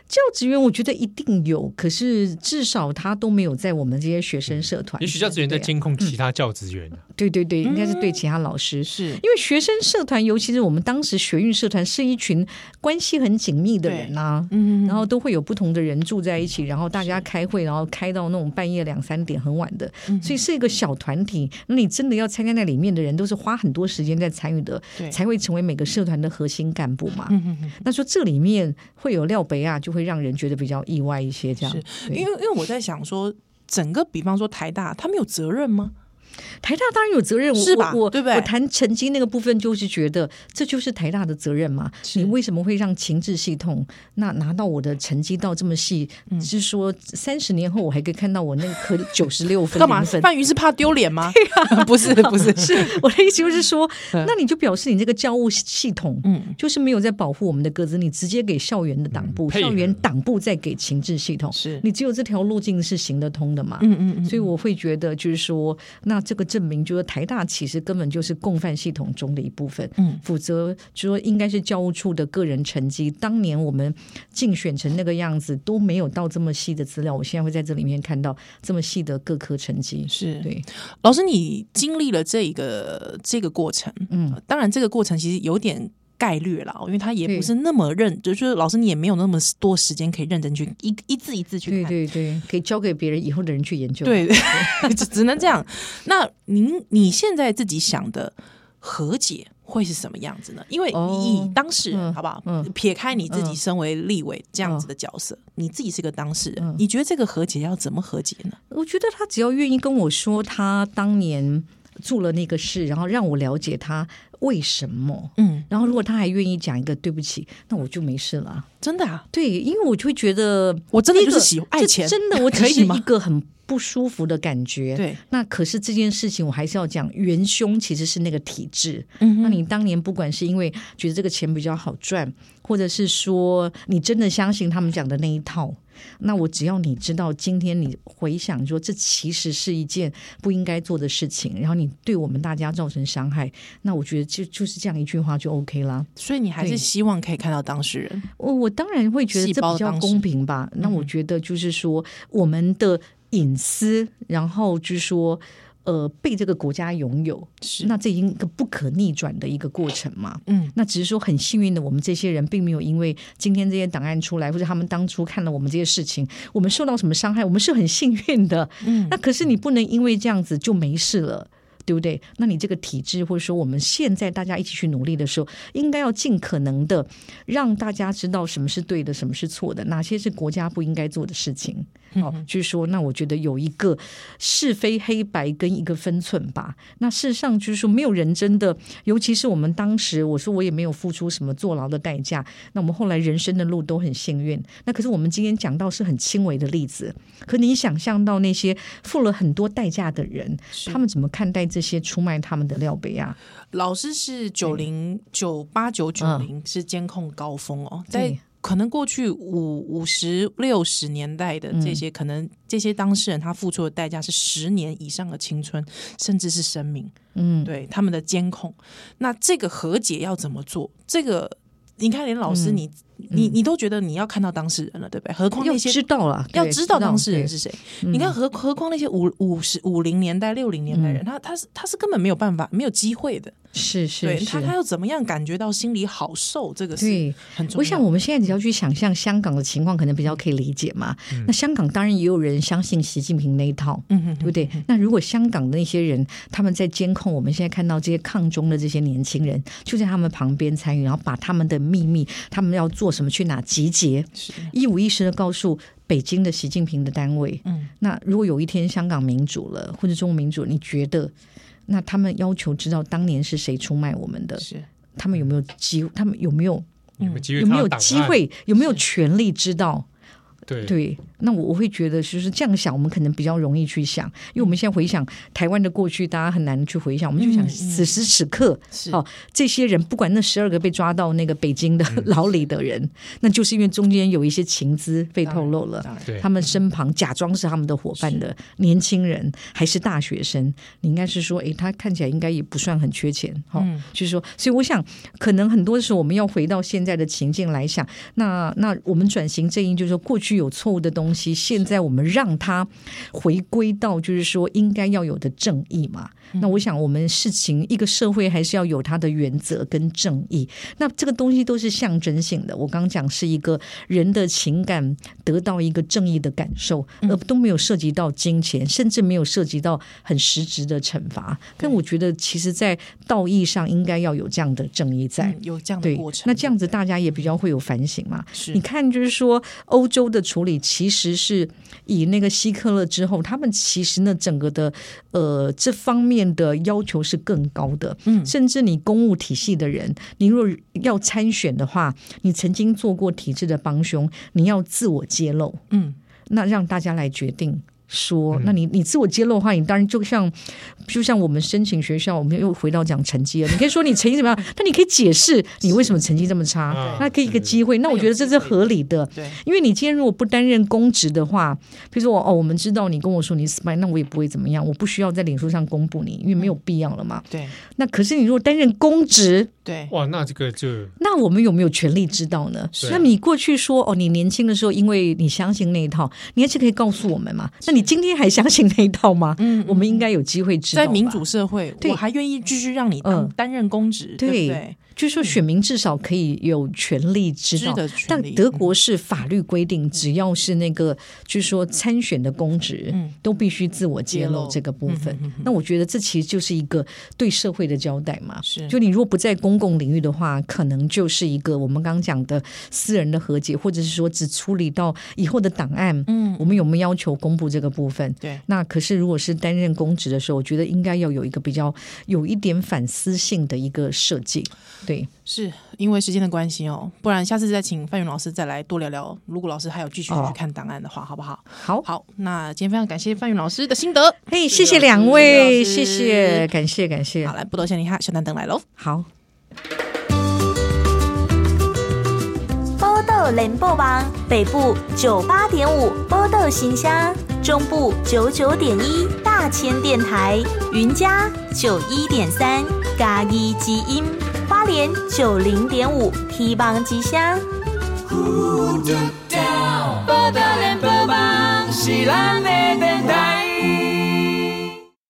[SPEAKER 3] 教职员我觉得一定有，可是至少他都没有在我们这些学生社团。
[SPEAKER 2] 也许教职员在
[SPEAKER 3] 对啊
[SPEAKER 2] 监控其他教职员啊，
[SPEAKER 3] 对对对，应该是对其他老师。
[SPEAKER 1] 是
[SPEAKER 3] 因为学生社团，尤其是我们当时学运社团，是一群关系很紧密的人啊呐、
[SPEAKER 1] 嗯
[SPEAKER 3] 然后都会有不同的人住在一起，然后大家开会，然后开到那种半夜两三点很晚的，
[SPEAKER 1] 嗯
[SPEAKER 3] 所以是一个小团体。那你真的要参加那里面的人，都是花很多时间在参与的
[SPEAKER 1] 对，
[SPEAKER 3] 才会成为每个社团的核心干部嘛。
[SPEAKER 1] 嗯嗯
[SPEAKER 3] 那说这里面会有廖北亚，就会让人觉得比较意外一些。这样，
[SPEAKER 1] 嗯，
[SPEAKER 3] 对
[SPEAKER 1] 因为因为我在想说，整个比方说台大，他们有责任吗？
[SPEAKER 3] 台大当然有责任，我
[SPEAKER 1] 是吧
[SPEAKER 3] 我我
[SPEAKER 1] 对不对
[SPEAKER 3] 我谈成绩那个部分，就是觉得这就是台大的责任嘛。
[SPEAKER 1] 是
[SPEAKER 3] 你为什么会让情治系统那拿到我的成绩到这么细？
[SPEAKER 1] 嗯
[SPEAKER 3] 是说三十年后我还可以看到我那 科九十六分
[SPEAKER 1] 干嘛？
[SPEAKER 3] 零分？
[SPEAKER 1] 范云是怕丢脸 吗？不是不是是
[SPEAKER 3] 我的意思就是说，
[SPEAKER 1] 嗯
[SPEAKER 3] 那你就表示你这个教务系统，
[SPEAKER 1] 嗯
[SPEAKER 3] 就是没有在保护我们的各自，你直接给校园的党部，
[SPEAKER 2] 嗯配合
[SPEAKER 3] 校园党部再给情治系统，
[SPEAKER 1] 是
[SPEAKER 3] 你只有这条路径是行得通的嘛？
[SPEAKER 1] 嗯嗯嗯，
[SPEAKER 3] 所以我会觉得，就是说，那这个证明，就是台大其实根本就是共犯系统中的一部分。
[SPEAKER 1] 嗯，
[SPEAKER 3] 否则就说应该是教务处的个人成绩。当年我们竞选成那个样子，都没有到这么细的资料。我现在会在这里面看到这么细的各科成绩。
[SPEAKER 1] 是
[SPEAKER 3] 对，
[SPEAKER 1] 老师，你经历了这一个这个过程，
[SPEAKER 3] 嗯，
[SPEAKER 1] 当然这个过程其实有点。概率啦，因为他也
[SPEAKER 3] 对
[SPEAKER 1] 不是那么认，就是老师你也没有那么多时间可以认真去一一字一字去
[SPEAKER 3] 对
[SPEAKER 1] 看，
[SPEAKER 3] 对对，可以交给别人以后的人去研究。，
[SPEAKER 1] 对， 只只能这样。那您你现在自己想的和解会是什么样子呢？因为你
[SPEAKER 3] 哦
[SPEAKER 1] 以当事人、
[SPEAKER 3] 嗯
[SPEAKER 1] 好不好、
[SPEAKER 3] 嗯
[SPEAKER 1] 撇开你自己
[SPEAKER 3] 嗯
[SPEAKER 1] 身为立委这样子的角色，你自己是个当事人、
[SPEAKER 3] 嗯
[SPEAKER 1] 你觉得这个和解要怎么和解呢？
[SPEAKER 3] 我觉得他只要愿意跟我说他当年做了那个事，然后让我了解他为什么。
[SPEAKER 1] 嗯，
[SPEAKER 3] 然后，如果他还愿意讲一个对不起，那我就没事了啊。
[SPEAKER 1] 真的啊，
[SPEAKER 3] 对，因为我就会觉得
[SPEAKER 1] 我真的
[SPEAKER 3] 第一
[SPEAKER 1] 就
[SPEAKER 3] 个
[SPEAKER 1] 是喜爱
[SPEAKER 3] 这
[SPEAKER 1] 钱
[SPEAKER 3] 真的我只
[SPEAKER 1] 可以
[SPEAKER 3] 是
[SPEAKER 1] 吗
[SPEAKER 3] 一个很不不舒服的感觉。
[SPEAKER 1] 对，
[SPEAKER 3] 那可是这件事情，我还是要讲，元凶其实是那个体制。
[SPEAKER 1] 嗯哼
[SPEAKER 3] 那你当年不管是因为觉得这个钱比较好赚，或者是说你真的相信他们讲的那一套，那我只要你知道，今天你回想说这其实是一件不应该做的事情，然后你对我们大家造成伤害，那我觉得就就是这样一句话就 OK 啦。
[SPEAKER 1] 所以你还是
[SPEAKER 3] 对
[SPEAKER 1] 希望可以看到当事人，
[SPEAKER 3] 我我当然会觉得
[SPEAKER 1] 细
[SPEAKER 3] 这
[SPEAKER 1] 胞
[SPEAKER 3] 比较
[SPEAKER 1] 当时嗯
[SPEAKER 3] 公平吧。那我觉得就是说，我们的隐私，然后就是说，呃，被这个国家拥有，
[SPEAKER 1] 是
[SPEAKER 3] 那这已经一个不可逆转的一个过程嘛。
[SPEAKER 1] 嗯，
[SPEAKER 3] 那只是说很幸运的，我们这些人并没有因为今天这些档案出来，或者他们当初看了我们这些事情，我们受到什么伤害，我们是很幸运的。
[SPEAKER 1] 嗯
[SPEAKER 3] 那可是你不能因为这样子就没事了。对不对？那你这个体制，或者说我们现在大家一起去努力的时候，应该要尽可能的让大家知道什么是对的，什么是错的，哪些是国家不应该做的事情。
[SPEAKER 1] 嗯
[SPEAKER 3] 哦，就是说，那我觉得有一个是非黑白跟一个分寸吧。那事实上就是说，没有人真的，尤其是我们当时，我说我也没有付出什么坐牢的代价。那我们后来人生的路都很幸运。那可是我们今天讲到是很轻微的例子，可你想象到那些付了很多代价的人，
[SPEAKER 1] 是
[SPEAKER 3] 他们怎么看待这些出卖他们的廖北亚？
[SPEAKER 1] 老师是九零九八九九零是监控高峰哦，
[SPEAKER 3] 嗯对
[SPEAKER 1] 在可能过去五五十六十年代的
[SPEAKER 3] 嗯
[SPEAKER 1] 这些，可能这些当事人他付出的代价是十年以上的青春，甚至是生命。
[SPEAKER 3] 嗯，
[SPEAKER 1] 对他们的监控，那这个和解要怎么做？这个你看，连老师
[SPEAKER 3] 嗯
[SPEAKER 1] 你、你你都觉得你要看到当事人了，对不对？何况
[SPEAKER 3] 要
[SPEAKER 1] 那些
[SPEAKER 3] 知道了，
[SPEAKER 1] 要
[SPEAKER 3] 对
[SPEAKER 1] 知道当事人
[SPEAKER 3] 对嗯
[SPEAKER 1] 是谁。你看何何况那些五五十五零年代六零年代
[SPEAKER 3] 嗯
[SPEAKER 1] 人，他他是他是根本没有办法没有机会的。
[SPEAKER 3] 是是
[SPEAKER 1] 对他他
[SPEAKER 3] 是。
[SPEAKER 1] 要怎么样感觉到心里好受，这个是
[SPEAKER 3] 对，
[SPEAKER 1] 很重要。
[SPEAKER 3] 我想我们现在只要去想象香港的情况，可能比较可以理解嘛。那香港当然也有人相信习近平那一套，
[SPEAKER 1] 嗯哼
[SPEAKER 3] 对不对？那如果香港的那些人，他们在监控我们现在看到这些抗中的这些年轻人，就在他们旁边参与，然后把他们的秘密，他们要做什么，去哪集结，
[SPEAKER 1] 是
[SPEAKER 3] 一五一十的告诉北京的习近平的单位。
[SPEAKER 1] 嗯，
[SPEAKER 3] 那如果有一天香港民主了，或者中国民主，你觉得？那他们要求知道当年是谁出卖我们的，
[SPEAKER 1] 是
[SPEAKER 3] 他们有没有机？他们有没有
[SPEAKER 2] 有没有机会
[SPEAKER 3] 嗯有
[SPEAKER 2] 看
[SPEAKER 3] 没
[SPEAKER 2] 到
[SPEAKER 3] 有
[SPEAKER 2] 档案
[SPEAKER 3] 机？会？有没有权利知道？
[SPEAKER 2] 对
[SPEAKER 3] 对，那我我会觉得就是这样想，我们可能比较容易去想，因为我们现在回想台湾的过去，大家很难去回想，我们就
[SPEAKER 1] 嗯
[SPEAKER 3] 想
[SPEAKER 1] 嗯
[SPEAKER 3] 此时此刻，
[SPEAKER 1] 是
[SPEAKER 3] 哦，这些人不管那十二个被抓到那个北京的 牢里的人，那就是因为中间有一些情资被透露了。
[SPEAKER 1] 当然
[SPEAKER 2] 对
[SPEAKER 3] 他们身旁假装是他们的伙伴的年轻人，还是大学生，你应该是说，诶，他看起来应该也不算很缺钱，哈、
[SPEAKER 1] 嗯
[SPEAKER 3] 就是说，所以我想，可能很多时候我们要回到现在的情境来想，那那我们转型正义，就是说过去有错误的东西，现在我们让它回归到就是说应该要有的正义嘛。
[SPEAKER 1] 嗯
[SPEAKER 3] 那我想，我们事情一个社会还是要有它的原则跟正义。那这个东西都是象征性的，我刚讲是一个人的情感得到一个正义的感受，
[SPEAKER 1] 嗯
[SPEAKER 3] 而都没有涉及到金钱，甚至没有涉及到很实质的惩罚。但我觉得，其实，在道义上应该要有这样的正义在。
[SPEAKER 1] 嗯有这样的
[SPEAKER 3] 对
[SPEAKER 1] 过程，，
[SPEAKER 3] 那这样子大家也比较会有反省嘛。
[SPEAKER 1] 是
[SPEAKER 3] 你看，就是说欧洲的处理其实是以那个希克勒之后，他们其实呢整个的呃这方面的要求是更高的。
[SPEAKER 1] 嗯
[SPEAKER 3] 甚至你公务体系的人，你若要参选的话，你曾经做过体制的帮凶，你要自我揭露，
[SPEAKER 1] 嗯
[SPEAKER 3] 那让大家来决定。说，那你你自我揭露的话，你当然就像就像我们申请学校，我们又回到讲成绩了。你可以说你成绩怎么样，但你可以解释你为什么成绩这么差，
[SPEAKER 2] 啊
[SPEAKER 3] 那给一个机会。那我觉得这是合理的，
[SPEAKER 1] 对
[SPEAKER 3] 因为你今天如果不担任公职的话，比如说我哦，我们知道你跟我说你 spy，那我也不会怎么样，我不需要在脸书上公布你，因为没有必要了嘛。
[SPEAKER 1] 对
[SPEAKER 3] 那可是你如果担任公职，
[SPEAKER 1] 对
[SPEAKER 2] 哇，那这个就
[SPEAKER 3] 那我们有没有权利知道呢
[SPEAKER 1] 啊
[SPEAKER 2] 是？
[SPEAKER 3] 那你过去说哦，你年轻的时候因为你相信那一套，你还是可以告诉我们嘛？那你今天还相信那一套吗？
[SPEAKER 1] 嗯
[SPEAKER 3] 我们应该有机会知道吧。
[SPEAKER 1] 在民主社会，
[SPEAKER 3] 对
[SPEAKER 1] 我还愿意继续让你当
[SPEAKER 3] 嗯
[SPEAKER 1] 担任公职，对
[SPEAKER 3] 对
[SPEAKER 1] 不对？
[SPEAKER 3] 就是说选民至少可以有权利知
[SPEAKER 1] 知
[SPEAKER 3] 道。
[SPEAKER 1] 的权
[SPEAKER 3] 但
[SPEAKER 1] 利嗯
[SPEAKER 3] 德国是法律规定，只要是那个，就是说参选的公职，
[SPEAKER 1] 嗯
[SPEAKER 3] 都必须自我揭
[SPEAKER 1] 揭
[SPEAKER 3] 露
[SPEAKER 1] 露
[SPEAKER 3] 这个部分。
[SPEAKER 1] 嗯哼哼哼
[SPEAKER 3] 那我觉得这其实就是一个对社会的交代嘛。
[SPEAKER 1] 是
[SPEAKER 3] 就你如果不在公共领域的话，可能就是一个我们刚刚讲的私人的和解，或者是说只处理到以后的档案。
[SPEAKER 1] 嗯
[SPEAKER 3] 我们有没有要求公布这个部分。
[SPEAKER 1] 对，
[SPEAKER 3] 那可是，如果是担任公职的时候，我觉得应该要有一个比较有一点反思性的一个设计。对，
[SPEAKER 1] 是因为时间的关系哦，不然下次再请范云老师再来多聊聊。如果老师还有继续
[SPEAKER 3] 哦
[SPEAKER 1] 去看档案的话，好不好？
[SPEAKER 3] 好，
[SPEAKER 1] 好，那今天非常感谢范云老师的心得。
[SPEAKER 3] 嘿，谢谢
[SPEAKER 1] 老
[SPEAKER 3] 两
[SPEAKER 1] 师
[SPEAKER 3] 位，
[SPEAKER 1] 老师
[SPEAKER 3] 谢谢，感谢，感谢
[SPEAKER 1] 好，，来，不多谢你哈，小丹等来喽。
[SPEAKER 3] 好。
[SPEAKER 4] 波豆联播网北部九八点五波豆新乡，中部九九点一大千电台，云嘉九一点三咖一基因，花莲九零点五 T 邦之乡。
[SPEAKER 5] 报道联播网是咱的电台。